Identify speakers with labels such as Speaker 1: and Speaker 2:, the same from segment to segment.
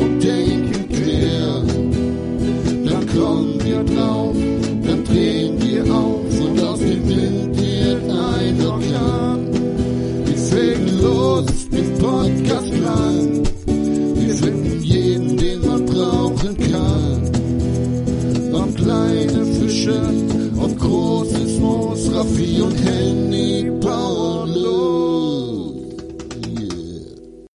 Speaker 1: und denken quer. Dann kommen wir drauf, dann drehen wir auf und aus dem Wind wird ein Orkan. Wir fegen los im Podcastland. Wir finden jeden, den man brauchen kann. Ob kleine Fische, ob großes Moos, Raffi und Henny bauen los. Yeah.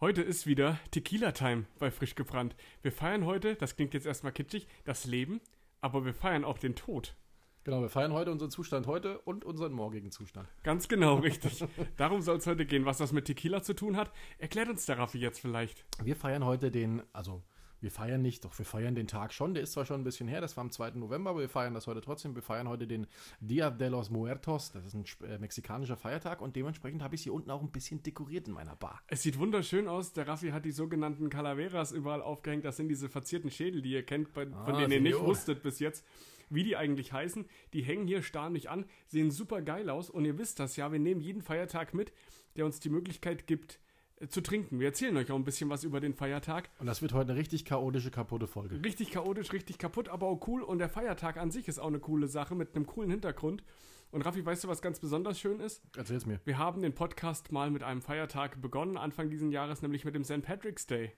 Speaker 2: Heute ist wieder Tequila-Time bei Frisch gebrannt. Wir feiern heute, das klingt jetzt erstmal kitschig, das Leben, aber wir feiern auch den Tod.
Speaker 3: Genau, wir feiern heute unseren Zustand heute und unseren morgigen Zustand.
Speaker 2: Ganz genau, richtig. Darum soll es heute gehen. Was das mit Tequila zu tun hat, erklärt uns der Raffi jetzt vielleicht.
Speaker 3: Wir feiern heute den, also wir feiern nicht, doch wir feiern den Tag schon. Der ist zwar schon ein bisschen her, das war am 2. November, aber wir feiern das heute trotzdem. Wir feiern heute den Dia de los Muertos. Das ist ein sp- äh, mexikanischer Feiertag und dementsprechend habe ich hier unten auch ein bisschen dekoriert in meiner Bar.
Speaker 2: Es sieht wunderschön aus. Der Raffi hat die sogenannten Calaveras überall aufgehängt. Das sind diese verzierten Schädel, die ihr kennt, bei, von
Speaker 3: Ah,
Speaker 2: denen ihr nicht
Speaker 3: Senor.
Speaker 2: wusstet bis jetzt, wie die eigentlich heißen. Die hängen hier starrnig an, sehen super geil aus. Und ihr wisst das ja, wir nehmen jeden Feiertag mit, der uns die Möglichkeit gibt, äh, zu trinken. Wir erzählen euch auch ein bisschen was über den Feiertag.
Speaker 3: Und das wird heute eine richtig chaotische, kaputte Folge.
Speaker 2: Richtig chaotisch, richtig kaputt, aber auch cool. Und der Feiertag an sich ist auch eine coole Sache mit einem coolen Hintergrund. Und Raffi, weißt du, was ganz besonders schön ist?
Speaker 3: Erzähl's mir.
Speaker 2: Wir haben den Podcast mal mit einem Feiertag begonnen, Anfang diesen Jahres, nämlich mit dem St. Patrick's Day.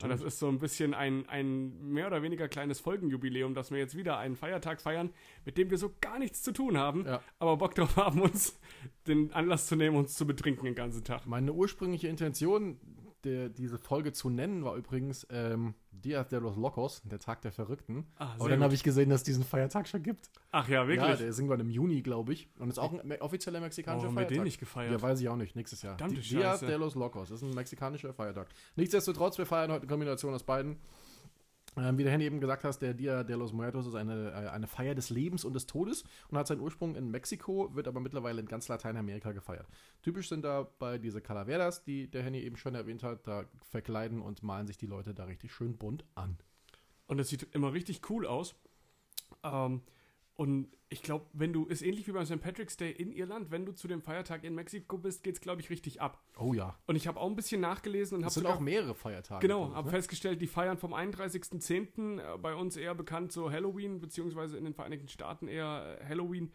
Speaker 2: Und das ist so ein bisschen ein, ein mehr oder weniger kleines Folgenjubiläum, dass wir jetzt wieder einen Feiertag feiern, mit dem wir so gar nichts zu tun haben,
Speaker 3: Ja.
Speaker 2: aber Bock drauf haben, uns den Anlass zu nehmen, uns zu betrinken den ganzen Tag.
Speaker 3: Meine ursprüngliche Intention, der, diese Folge zu nennen, war übrigens ähm, Dia de los Locos, der Tag der Verrückten.
Speaker 2: Ah,
Speaker 3: aber
Speaker 2: sehr
Speaker 3: dann
Speaker 2: gut.
Speaker 3: habe ich gesehen, dass es diesen Feiertag schon gibt.
Speaker 2: Ach ja,
Speaker 3: Ja,
Speaker 2: wirklich.
Speaker 3: der ist irgendwann im Juni, glaube ich. Und ist auch ein me- offizieller mexikanischer
Speaker 2: Warum haben wir
Speaker 3: Feiertag.
Speaker 2: den nicht gefeiert?
Speaker 3: Ja, weiß ich auch nicht. Nächstes Jahr.
Speaker 2: Verdammte
Speaker 3: Die- Dia
Speaker 2: Scheiße.
Speaker 3: de los Locos. Das ist ein mexikanischer Feiertag. Nichtsdestotrotz, wir feiern heute eine Kombination aus beiden. Ähm, wie der Henny eben gesagt hast, der Dia de los Muertos ist eine, äh, eine Feier des Lebens und des Todes und hat seinen Ursprung in Mexiko, wird aber mittlerweile in ganz Lateinamerika gefeiert. Typisch sind dabei diese Calaveras, die der Henny eben schon erwähnt hat, da verkleiden und malen sich die Leute da richtig schön bunt an.
Speaker 2: Und es sieht immer richtig cool aus. Ähm, und ich glaube, wenn du, ist ähnlich wie beim St. Patrick's Day in Irland, wenn du zu dem Feiertag in Mexiko bist, geht's, glaube ich, richtig ab.
Speaker 3: Oh ja.
Speaker 2: Und ich habe auch ein bisschen nachgelesen und habe
Speaker 3: Das sind
Speaker 2: sogar
Speaker 3: auch mehrere Feiertage. Also
Speaker 2: Genau,
Speaker 3: ab
Speaker 2: habe festgestellt, die feiern vom 31.10. äh, bei uns eher bekannt so Halloween, beziehungsweise in den Vereinigten Staaten eher äh, Halloween.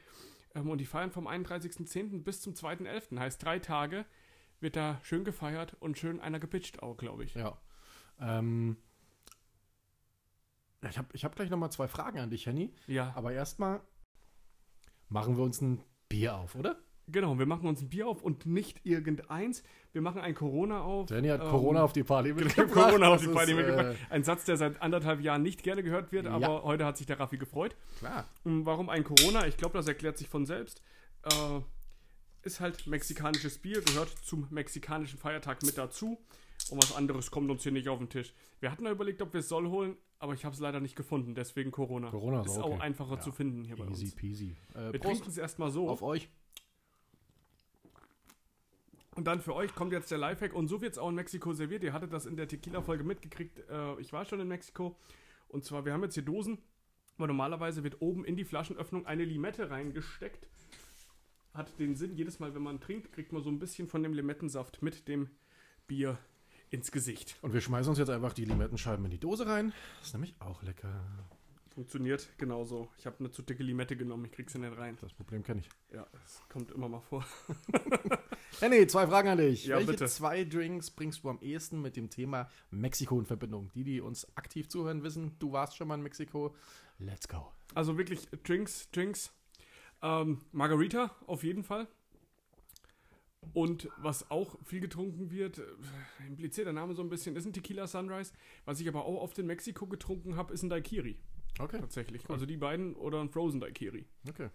Speaker 2: Ähm, Und die feiern vom 31.10. bis zum 2.11. Heißt drei Tage wird da schön gefeiert und schön einer gepitcht auch, glaube ich.
Speaker 3: Ja. Ähm, ja, ich habe ich hab gleich nochmal zwei Fragen an dich, Henny.
Speaker 2: Ja,
Speaker 3: Aber erstmal machen wir uns ein Bier auf, oder?
Speaker 2: genau. Wir machen uns ein Bier auf und nicht irgendeins. Wir machen ein Corona auf.
Speaker 3: Henny hat
Speaker 2: Ähm,
Speaker 3: Corona auf die Party mitgebracht.
Speaker 2: Corona auf
Speaker 3: Das
Speaker 2: die
Speaker 3: ist,
Speaker 2: Party
Speaker 3: äh,
Speaker 2: mitgebracht. Ein Satz, der seit anderthalb Jahren nicht gerne gehört wird,
Speaker 3: Ja.
Speaker 2: aber heute hat sich der Raffi gefreut.
Speaker 3: Klar.
Speaker 2: Hm, Warum ein Corona? Ich glaube, das erklärt sich von selbst. Äh, ist halt mexikanisches Bier, gehört zum mexikanischen Feiertag mit dazu. Und was anderes kommt uns hier nicht auf den Tisch. Wir hatten ja überlegt, ob wir es Soll holen, aber ich habe es leider nicht gefunden. Deswegen Corona.
Speaker 3: Corona ist
Speaker 2: ist
Speaker 3: okay.
Speaker 2: auch einfacher
Speaker 3: Ja.
Speaker 2: zu finden hier bei
Speaker 3: Easy
Speaker 2: uns.
Speaker 3: peasy. Äh,
Speaker 2: Wir
Speaker 3: Prost
Speaker 2: trinken es erstmal so.
Speaker 3: auf euch.
Speaker 2: Und dann für euch kommt jetzt der Lifehack. Und so wird es auch in Mexiko serviert. Ihr hattet das in der Tequila-Folge mitgekriegt. Äh, ich war schon in Mexiko. Und zwar, wir haben jetzt hier Dosen. Aber normalerweise wird oben in die Flaschenöffnung eine Limette reingesteckt. Hat den Sinn, jedes Mal, wenn man trinkt, kriegt man so ein bisschen von dem Limettensaft mit dem Bier ins Gesicht.
Speaker 3: Und wir schmeißen uns jetzt einfach die Limettenscheiben in die Dose rein. ist nämlich auch lecker.
Speaker 2: Funktioniert genauso. Ich habe eine zu dicke Limette genommen. Ich krieg sie nicht rein.
Speaker 3: Das Problem kenne ich.
Speaker 2: Ja, das kommt immer mal vor.
Speaker 3: Henny, zwei Fragen an dich.
Speaker 2: Ja,
Speaker 3: Welche
Speaker 2: bitte.
Speaker 3: zwei Drinks bringst du am ehesten mit dem Thema Mexiko in Verbindung? Die, die uns aktiv zuhören, wissen, du warst schon mal in Mexiko. Let's go.
Speaker 2: Also wirklich Drinks, Drinks. Ähm, Margarita auf jeden Fall. Und was auch viel getrunken wird, äh, impliziert der Name so ein bisschen, ist ein Tequila Sunrise. Was ich aber auch oft in Mexiko getrunken habe, ist ein Daiquiri
Speaker 3: Okay,
Speaker 2: tatsächlich. Also die beiden oder ein Frozen Daiquiri.
Speaker 3: okay.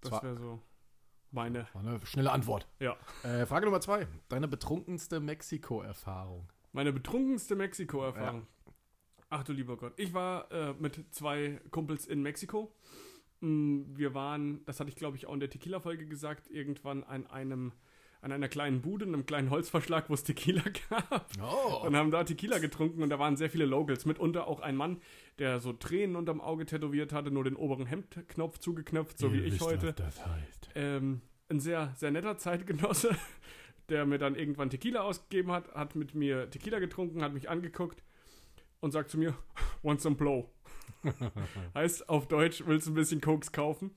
Speaker 2: Das
Speaker 3: Zwar-
Speaker 2: wäre so meine.
Speaker 3: War eine schnelle Antwort.
Speaker 2: Ja.
Speaker 3: Äh, Frage Nummer zwei. Deine betrunkenste Mexiko-Erfahrung.
Speaker 2: Meine betrunkenste Mexiko-Erfahrung. Ach du lieber Gott. Ich war äh, mit zwei Kumpels in Mexiko. Mm, Wir waren, das hatte ich glaube ich auch in der Tequila-Folge gesagt, irgendwann an einem, an einer kleinen Bude, in einem kleinen Holzverschlag, wo es Tequila gab.
Speaker 3: Oh.
Speaker 2: Und haben da Tequila getrunken und da waren sehr viele Locals. Mitunter auch ein Mann, der so Tränen unterm Auge tätowiert hatte, nur den oberen Hemdknopf zugeknöpft, so wie ich heute.
Speaker 3: Das heißt.
Speaker 2: Ähm, ein sehr, sehr netter Zeitgenosse, der mir dann irgendwann Tequila ausgegeben hat, hat mit mir Tequila getrunken, hat mich angeguckt und sagt zu mir, want some blow. heißt auf Deutsch, willst du ein bisschen Koks kaufen?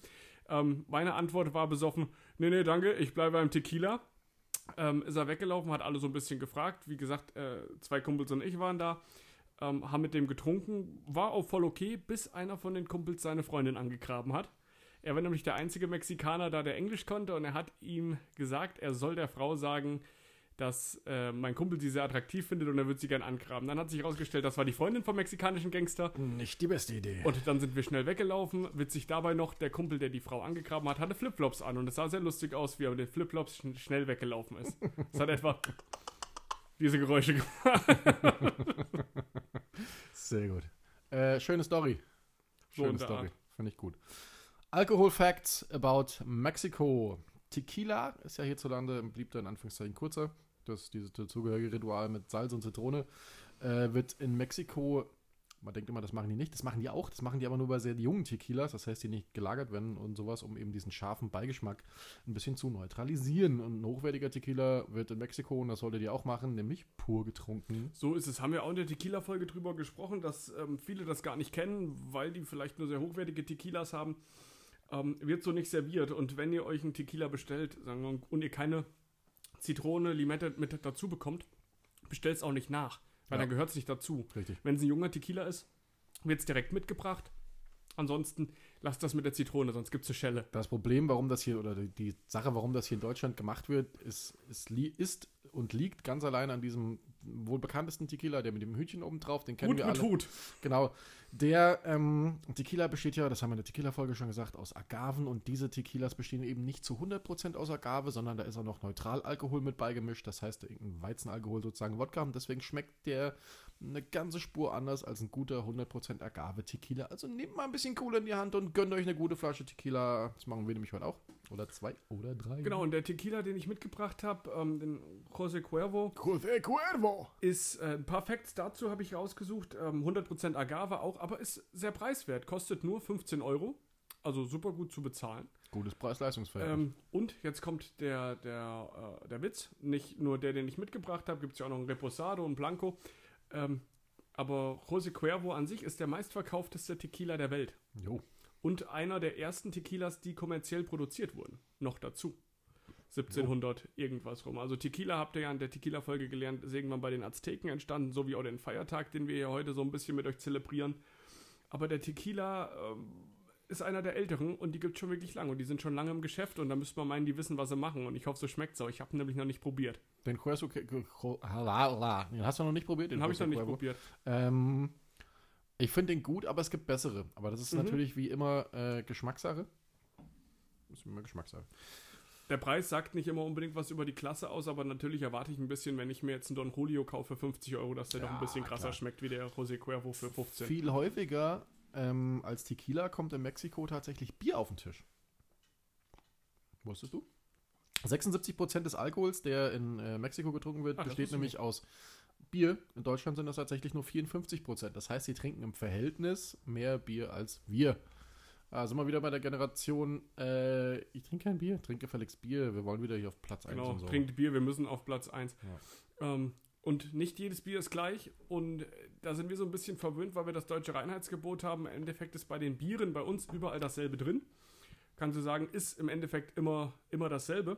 Speaker 2: Ähm, meine Antwort war besoffen, nee, nee, danke, ich bleibe beim Tequila. Ähm, ist er weggelaufen, hat alle so ein bisschen gefragt. Wie gesagt, äh, zwei Kumpels und ich waren da, ähm, haben mit dem getrunken, war auch voll okay, bis einer von den Kumpels seine Freundin angegraben hat. Er war nämlich der einzige Mexikaner da, der Englisch konnte und er hat ihm gesagt, er soll der Frau sagen, dass äh, mein Kumpel sie sehr attraktiv findet und er wird sie gern angraben. Dann hat sich herausgestellt, das war die Freundin vom mexikanischen Gangster
Speaker 3: Nicht die beste Idee.
Speaker 2: und dann sind wir schnell weggelaufen. Witzig dabei noch, der Kumpel, der die Frau angegraben hat, hatte Flipflops an und es sah sehr lustig aus, wie er mit den Flipflops schn schnell weggelaufen ist. Es hat etwa diese Geräusche gemacht.
Speaker 3: Sehr gut. Äh, schöne Story.
Speaker 2: So
Speaker 3: Schöne
Speaker 2: in der
Speaker 3: Story.
Speaker 2: Art.
Speaker 3: Finde ich gut. Alkohol-Facts about Mexico. Tequila ist ja hierzulande ein beliebter, in Anführungszeichen kurzer. Das ist dieses dazugehörige Ritual mit Salz und Zitrone. Äh, wird in Mexiko, man denkt immer, das machen die nicht, das machen die auch, das machen die aber nur bei sehr jungen Tequilas, das heißt, die nicht gelagert werden und sowas, um eben diesen scharfen Beigeschmack ein bisschen zu neutralisieren. Und ein hochwertiger Tequila wird in Mexiko, und das solltet ihr auch machen, nämlich pur getrunken.
Speaker 2: So ist es. Haben wir auch in der Tequila-Folge drüber gesprochen, dass ähm, viele das gar nicht kennen, weil die vielleicht nur sehr hochwertige Tequilas haben. Ähm, wird so nicht serviert. Und wenn ihr euch einen Tequila bestellt sagen wir, mal, und ihr keine Zitrone, Limette mit dazu bekommt, bestellt es auch nicht nach, weil
Speaker 3: Ja.
Speaker 2: dann gehört es nicht dazu.
Speaker 3: Richtig.
Speaker 2: Wenn es ein junger Tequila ist, wird es direkt mitgebracht. Ansonsten lasst das mit der Zitrone, sonst gibt es eine Schelle.
Speaker 3: Das Problem, warum das hier, oder die- die Sache, warum das hier in Deutschland gemacht wird, ist, ist, li- ist und liegt ganz allein an diesem wohl bekanntesten Tequila, der mit dem Hütchen oben drauf, den kennen
Speaker 2: Hut
Speaker 3: wir
Speaker 2: mit
Speaker 3: alle.
Speaker 2: Hut.
Speaker 3: Genau. Der ähm, Tequila besteht ja, das haben wir in der Tequila-Folge schon gesagt, aus Agaven und diese Tequilas bestehen eben nicht zu 100% aus Agave, sondern da ist auch noch Neutralalkohol mit beigemischt, das heißt irgendein Weizenalkohol sozusagen Wodka und deswegen schmeckt der eine ganze Spur anders als ein guter 100% Agave-Tequila. Also nehmt mal ein bisschen Kohle in die Hand und gönnt euch eine gute Flasche Tequila. Das machen wir nämlich heute auch. Oder zwei oder drei.
Speaker 2: Genau, und der Tequila, den ich mitgebracht habe, ähm, den Jose Cuervo,
Speaker 3: José Cuervo.
Speaker 2: ist äh, ein paar Facts dazu habe ich rausgesucht. Ähm, 100% Agave auch, aber ist sehr preiswert. Kostet nur 15 Euro. Also super gut zu bezahlen.
Speaker 3: Gutes Preis-Leistungsverhältnis.
Speaker 2: Ähm, und jetzt kommt der, der, äh, der Witz. Nicht nur der, den ich mitgebracht habe, gibt es ja auch noch einen Reposado und Blanco. Ähm, aber Jose Cuervo an sich ist der meistverkaufteste Tequila der Welt.
Speaker 3: jo.
Speaker 2: Und einer der ersten Tequilas, die kommerziell produziert wurden. Noch dazu. 1700 irgendwas rum. Also Tequila habt ihr ja in der Tequila-Folge gelernt, ist irgendwann bei den Azteken entstanden, so wie auch den Feiertag, den wir ja heute so ein bisschen mit euch zelebrieren. Aber der Tequila ähm, ist einer der älteren und die gibt schon wirklich lange und die sind schon lange im Geschäft und da müsste man meinen, die wissen, was sie machen und ich hoffe, so schmeckt's auch. Ich habe nämlich noch nicht probiert.
Speaker 3: Den Cuervo. Den hast du noch nicht probiert?
Speaker 2: Den habe ich noch
Speaker 3: José
Speaker 2: nicht
Speaker 3: Cuervo?
Speaker 2: probiert.
Speaker 3: Ähm, ich finde den gut, aber es gibt bessere. Aber das ist natürlich wie immer äh, Geschmackssache. Ist immer Geschmackssache.
Speaker 2: Der Preis sagt nicht immer unbedingt was über die Klasse aus, aber natürlich erwarte ich ein bisschen, wenn ich mir jetzt einen Don Julio kaufe für 50 Euro, dass der doch ein bisschen krasser
Speaker 3: klar.
Speaker 2: schmeckt wie der José Cuervo für 15.
Speaker 3: Viel häufiger ähm, als Tequila kommt in Mexiko tatsächlich Bier auf den Tisch. Wusstest du? 76% des Alkohols, der in äh, Mexiko getrunken wird,
Speaker 2: Ah, das
Speaker 3: besteht
Speaker 2: wusste ich
Speaker 3: nämlich aus Bier. In Deutschland sind das tatsächlich nur 54%. Das heißt, sie trinken im Verhältnis mehr Bier als wir. Da sind wir wieder bei der Generation, äh, ich trinke kein Bier, trinke gefälligst Bier. Wir wollen wieder hier auf Platz 1
Speaker 2: Genau,
Speaker 3: und so.
Speaker 2: trinkt Bier, wir müssen auf Platz 1. Ähm, und nicht jedes Bier ist gleich. Und äh, da sind wir so ein bisschen verwöhnt, weil wir das deutsche Reinheitsgebot haben. Im Endeffekt ist bei den Bieren bei uns überall dasselbe drin. Kannst du sagen, ist im Endeffekt immer, immer dasselbe.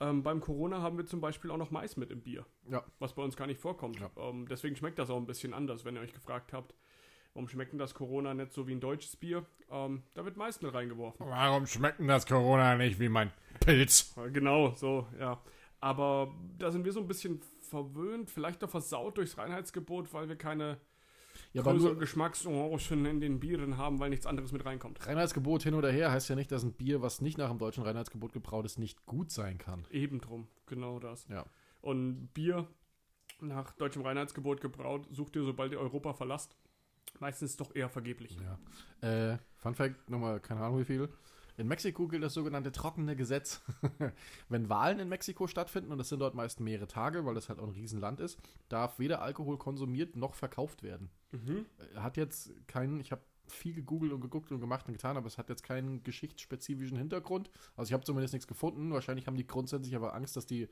Speaker 2: Ähm, beim Corona haben wir zum Beispiel auch noch Mais mit im Bier,
Speaker 3: Ja,
Speaker 2: was bei uns gar nicht vorkommt.
Speaker 3: Ja.
Speaker 2: Ähm, deswegen schmeckt das auch ein bisschen anders, wenn ihr euch gefragt habt, warum schmeckt denn das Corona nicht so wie ein deutsches Bier? Ähm, da wird Mais mit reingeworfen.
Speaker 4: Warum schmeckt denn das Corona nicht wie mein Pilz?
Speaker 2: Genau, so, ja. Aber da sind wir so ein bisschen verwöhnt, vielleicht auch versaut durchs Reinheitsgebot, weil wir keine
Speaker 3: ja aber
Speaker 2: größeren
Speaker 3: nur,
Speaker 2: Geschmacksnuancen in den Bieren haben, weil nichts anderes mit reinkommt.
Speaker 3: Reinheitsgebot hin oder her heißt ja nicht, dass ein Bier, was nicht nach dem deutschen Reinheitsgebot gebraut ist, nicht gut sein kann.
Speaker 2: Eben drum, genau das.
Speaker 3: Ja.
Speaker 2: Und Bier nach deutschem Reinheitsgebot gebraut, sucht ihr, sobald ihr Europa verlasst, meistens doch eher vergeblich.
Speaker 3: Ja. Äh, Fun Fact, nochmal, keine Ahnung wie viel. In Mexiko gilt das sogenannte trockene Gesetz. Wenn Wahlen in Mexiko stattfinden, und das sind dort meist mehrere Tage, weil das halt auch ein Riesenland ist, darf weder Alkohol konsumiert noch verkauft werden. Äh, Hat jetzt keinen, ich habe viel gegoogelt und geguckt und gemacht und getan, aber es hat jetzt keinen geschichtsspezifischen Hintergrund. Also ich habe zumindest nichts gefunden. Wahrscheinlich haben die grundsätzlich aber Angst, dass die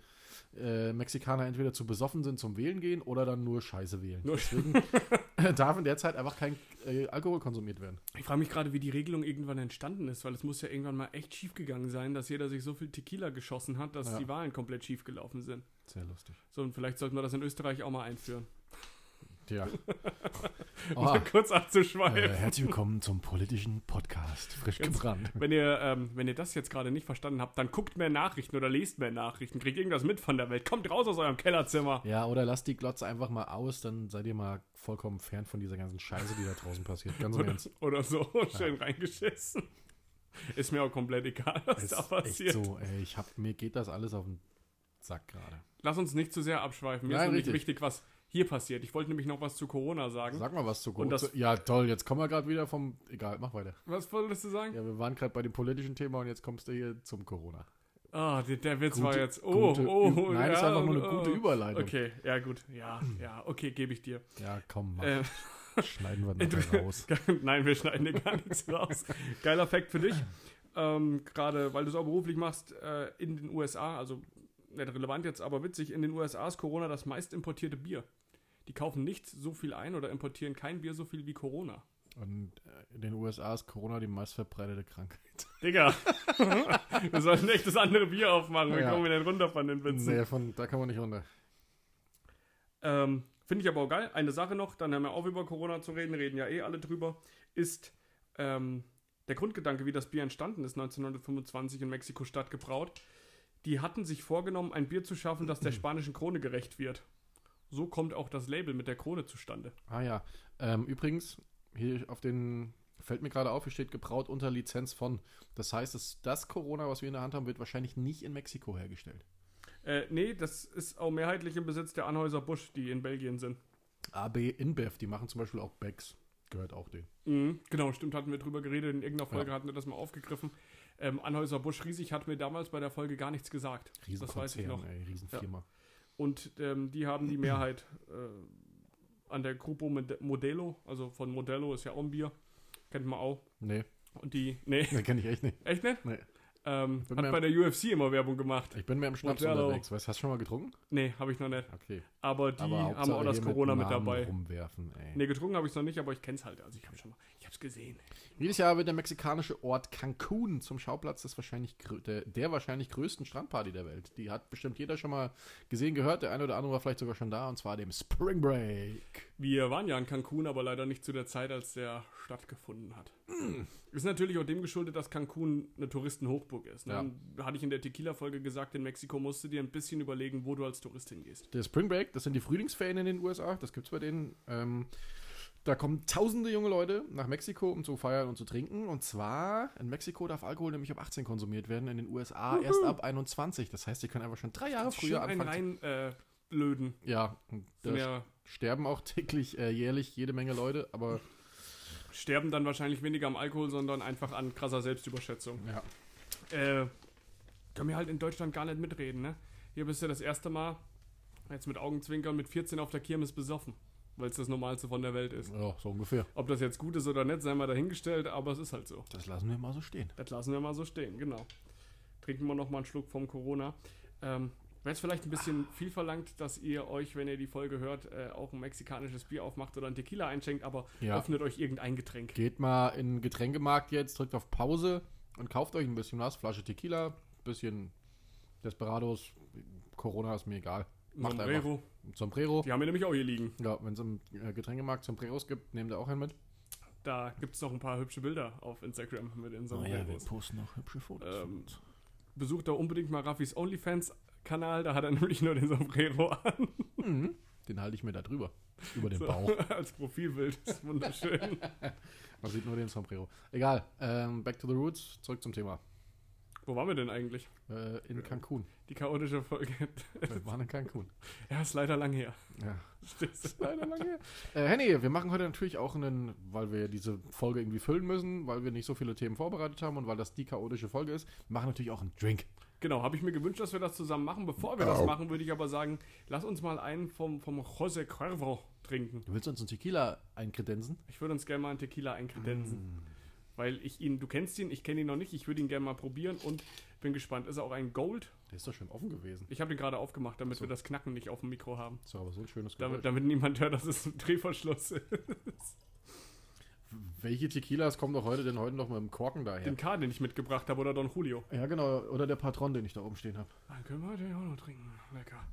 Speaker 3: äh, Mexikaner entweder zu besoffen sind zum Wählen gehen oder dann nur Scheiße wählen. Deswegen darf in der Zeit einfach kein äh, Alkohol konsumiert werden.
Speaker 2: Ich frage mich gerade, wie die Regelung irgendwann entstanden ist, weil es muss ja irgendwann mal echt schief gegangen sein, dass jeder sich so viel Tequila geschossen hat, dass
Speaker 3: Ja.
Speaker 2: die Wahlen komplett schief gelaufen sind.
Speaker 3: Sehr lustig.
Speaker 2: So, und vielleicht sollten wir das in Österreich auch mal einführen. Um
Speaker 3: Tja. Oha.
Speaker 2: Kurz
Speaker 3: Äh,
Speaker 2: abzuschweifen.
Speaker 3: herzlich willkommen zum politischen Podcast. Frisch gebrannt.
Speaker 2: Wenn ihr, ähm, wenn ihr das jetzt gerade nicht verstanden habt, dann guckt mehr Nachrichten oder lest mehr Nachrichten, kriegt irgendwas mit von der Welt, kommt raus aus eurem Kellerzimmer.
Speaker 3: Ja, oder lasst die Glotze einfach mal aus, dann seid ihr mal vollkommen fern von dieser ganzen Scheiße, die da draußen passiert. Ganz im
Speaker 2: Oder,
Speaker 3: Ernst.
Speaker 2: oder so, schön reingeschissen. Ist mir auch komplett egal, was da
Speaker 3: Ist
Speaker 2: passiert.
Speaker 3: echt so, ey, ich hab, mir geht das alles auf den Sack gerade.
Speaker 2: Lass uns nicht zu sehr abschweifen. Mir
Speaker 3: Nein,
Speaker 2: ist nämlich
Speaker 3: richtig.
Speaker 2: wichtig, was hier passiert. Ich wollte nämlich noch was zu Corona sagen.
Speaker 3: Sag mal was zu
Speaker 2: Und
Speaker 3: Corona.
Speaker 2: das-
Speaker 3: Ja, toll, jetzt kommen wir gerade wieder vom. Egal, mach weiter.
Speaker 2: Was wolltest du sagen?
Speaker 3: Ja, wir waren gerade bei dem politischen Thema und jetzt kommst du hier zum Corona.
Speaker 2: Ah, der, der Witz war
Speaker 3: Gute-
Speaker 2: jetzt. Oh,
Speaker 3: gute
Speaker 2: oh,
Speaker 3: Üb- Nein,
Speaker 2: ja,
Speaker 3: ist einfach nur eine
Speaker 2: oh.
Speaker 3: gute Überleitung.
Speaker 2: Okay, ja, gut. Ja, ja, okay, gebe ich dir.
Speaker 3: Ja, komm, mach,
Speaker 2: Äh,
Speaker 3: schneiden wir nachher raus.
Speaker 2: Nein, wir schneiden dir gar nichts raus. Geiler Fact für dich. Ähm, Gerade, weil du es auch beruflich machst, äh, in den USA, also nicht relevant jetzt, aber witzig, in den USA ist Corona das meist importierte Bier. Die kaufen nicht so viel ein oder importieren kein Bier so viel wie Corona.
Speaker 3: Und äh, in den USA ist Corona die meistverbreitete Krankheit.
Speaker 2: Digga, wir sollten echt das andere Bier aufmachen. Wir
Speaker 3: Ja.
Speaker 2: kommen wieder runter von den Witzen.
Speaker 3: Nee, von, da kann man nicht runter.
Speaker 2: Ähm, Finde ich aber auch geil. Eine Sache noch, dann haben wir auch über Corona zu reden, reden ja eh alle drüber, ist ähm, der Grundgedanke, wie das Bier entstanden ist, 1925 in Mexiko-Stadt gebraut. Die hatten sich vorgenommen, ein Bier zu schaffen, das der spanischen Krone gerecht wird. So kommt auch das Label mit der Krone zustande.
Speaker 3: Ah ja. Ähm, übrigens, hier auf den, fällt mir gerade auf, hier steht gebraut unter Lizenz von. Das heißt, dass das Corona, was wir in der Hand haben, wird wahrscheinlich nicht in Mexiko hergestellt.
Speaker 2: Äh, nee, das ist auch mehrheitlich im Besitz der Anhäuser Busch, die in Belgien sind.
Speaker 3: AB InBev, die machen zum Beispiel auch Bags. Gehört auch denen.
Speaker 2: Mhm, genau, stimmt, hatten wir drüber geredet. In irgendeiner Folge hatten wir das mal aufgegriffen. Ähm, Anhäuser Busch Riesig hat mir damals bei der Folge gar nichts gesagt. Das weiß ich noch.
Speaker 3: ey, Riesenfirma.
Speaker 2: Und ähm, die haben die Mehrheit äh, an der Grupo Mod- Modelo, also von Modelo ist ja auch ein Bier, kennt man auch.
Speaker 3: Nee,
Speaker 2: Und die, nee,
Speaker 3: das kenne ich echt nicht.
Speaker 2: echt nicht?
Speaker 3: Nee.
Speaker 2: Ähm,
Speaker 3: Bin
Speaker 2: hat
Speaker 3: mir-
Speaker 2: bei der UFC immer Werbung gemacht.
Speaker 3: Ich bin mehr im Schnaps
Speaker 2: Modelo.
Speaker 3: unterwegs. Weißt du, hast du schon mal getrunken?
Speaker 2: Nee, habe ich noch nicht.
Speaker 3: Okay.
Speaker 2: Aber die haben auch
Speaker 3: Hauptsache
Speaker 2: das
Speaker 3: hier
Speaker 2: Corona mit,
Speaker 3: Namen
Speaker 2: dabei.
Speaker 3: Rumwerfen, ey.
Speaker 2: Nee, getrunken habe ich es noch nicht, aber ich kenn's halt. Also ich habe schon mal, ich hab's gesehen.
Speaker 3: Jedes Jahr wird der mexikanische Ort Cancun zum Schauplatz des wahrscheinlich grö- der, der wahrscheinlich größten Strandparty der Welt. Die hat bestimmt jeder schon mal gesehen, gehört. Der eine oder andere war vielleicht sogar schon da und zwar dem Spring Break.
Speaker 2: Wir waren ja in Cancun, aber leider nicht zu der Zeit, als der stattgefunden hat. Ist natürlich auch dem geschuldet, dass Cancun eine Touristenhochburg ist. Ne? Hatte ich in der Tequila-Folge gesagt, in Mexiko musst du dir ein bisschen überlegen, wo du als Tourist hingehst.
Speaker 3: Der Spring Break, das sind die Frühlingsferien in den USA. Das gibt's bei denen. Ähm, da kommen tausende junge Leute nach Mexiko, um zu feiern und zu trinken. Und zwar in Mexiko darf Alkohol nämlich ab 18 konsumiert werden, in den USA erst ab 21. Das heißt, die können einfach schon drei Jahre früher
Speaker 2: früher einen
Speaker 3: anfangen.
Speaker 2: rein äh, blöden.
Speaker 3: zu- Ja, und da
Speaker 2: Sind ja,
Speaker 3: sterben auch täglich, äh, jährlich jede Menge Leute, aber
Speaker 2: sterben dann wahrscheinlich weniger am Alkohol, sondern einfach an krasser Selbstüberschätzung.
Speaker 3: ja.
Speaker 2: Äh, können wir halt in Deutschland gar nicht mitreden, ne? Hier bist du das erste Mal, jetzt mit Augenzwinkern, mit 14 auf der Kirmes besoffen, weil es das Normalste von der Welt ist.
Speaker 3: Ja, so ungefähr.
Speaker 2: Ob das jetzt gut ist oder nicht, sei mal dahingestellt, aber es ist halt so.
Speaker 3: Das lassen wir mal so stehen.
Speaker 2: Das lassen wir mal so stehen, genau. Trinken wir nochmal einen Schluck vom Corona. Ähm, Wäre es vielleicht ein bisschen viel verlangt, dass ihr euch, wenn ihr die Folge hört, äh, auch ein mexikanisches Bier aufmacht oder ein Tequila einschenkt, aber
Speaker 3: Ja.
Speaker 2: öffnet euch irgendein Getränk.
Speaker 3: Geht mal in den Getränkemarkt jetzt, drückt auf Pause und kauft euch ein bisschen was. Flasche Tequila, bisschen Desperados, Corona ist mir egal. Macht
Speaker 2: Sombrero.
Speaker 3: einfach. Sombrero.
Speaker 2: Die haben wir nämlich auch hier liegen.
Speaker 3: Ja, wenn es im äh, Getränkemarkt Sombreros gibt, nehmt ihr auch einen mit.
Speaker 2: Da gibt es noch ein paar hübsche Bilder auf Instagram mit den Sombreros.
Speaker 3: Oh posten auch hübsche Fotos.
Speaker 2: Ähm, Besucht da unbedingt mal Raffis OnlyFans-Kanal, da hat er nämlich nur den Sombrero an
Speaker 3: Den halte ich mir da drüber. Über den Bauch.
Speaker 2: als Profilbild. Das ist wunderschön.
Speaker 3: Man sieht nur den Sombrero. Egal. Ähm, back to the roots. Zurück zum Thema.
Speaker 2: Wo waren wir denn eigentlich?
Speaker 3: Äh, in Cancun.
Speaker 2: Die chaotische Folge.
Speaker 3: Wir waren in Cancun.
Speaker 2: ja, ist leider lang her.
Speaker 3: Ja.
Speaker 2: Verstehst du?
Speaker 3: Leider lang her. Äh, Henny, wir machen heute natürlich auch einen, weil wir diese Folge irgendwie füllen müssen, weil wir nicht so viele Themen vorbereitet haben und weil das die chaotische Folge ist, machen natürlich auch einen Drink.
Speaker 2: Genau, habe ich mir gewünscht, dass wir das zusammen machen. Bevor wir das machen, würde ich aber sagen, lass uns mal einen vom, vom Jose Cuervo trinken.
Speaker 3: Du willst uns einen Tequila einkredenzen?
Speaker 2: Ich würde uns gerne mal einen Tequila einkredenzen. Weil ich ihn, du kennst ihn, ich kenne ihn noch nicht, ich würde ihn gerne mal probieren und bin gespannt. Ist er auch ein Gold?
Speaker 3: Der ist doch schön offen gewesen.
Speaker 2: Ich habe ihn gerade aufgemacht, damit wir das Knacken nicht auf dem Mikro haben.
Speaker 3: Das war aber so ein schönes Geräusch.
Speaker 2: Damit, damit niemand hört, dass es ein Drehverschluss ist.
Speaker 3: Welche Tequilas kommen doch heute denn heute noch mit dem Korken daher?
Speaker 2: Den K, den ich mitgebracht habe, oder Don Julio.
Speaker 3: ja, genau. Oder der Patron, den ich da oben stehen habe.
Speaker 2: Dann können wir den auch noch trinken. Lecker.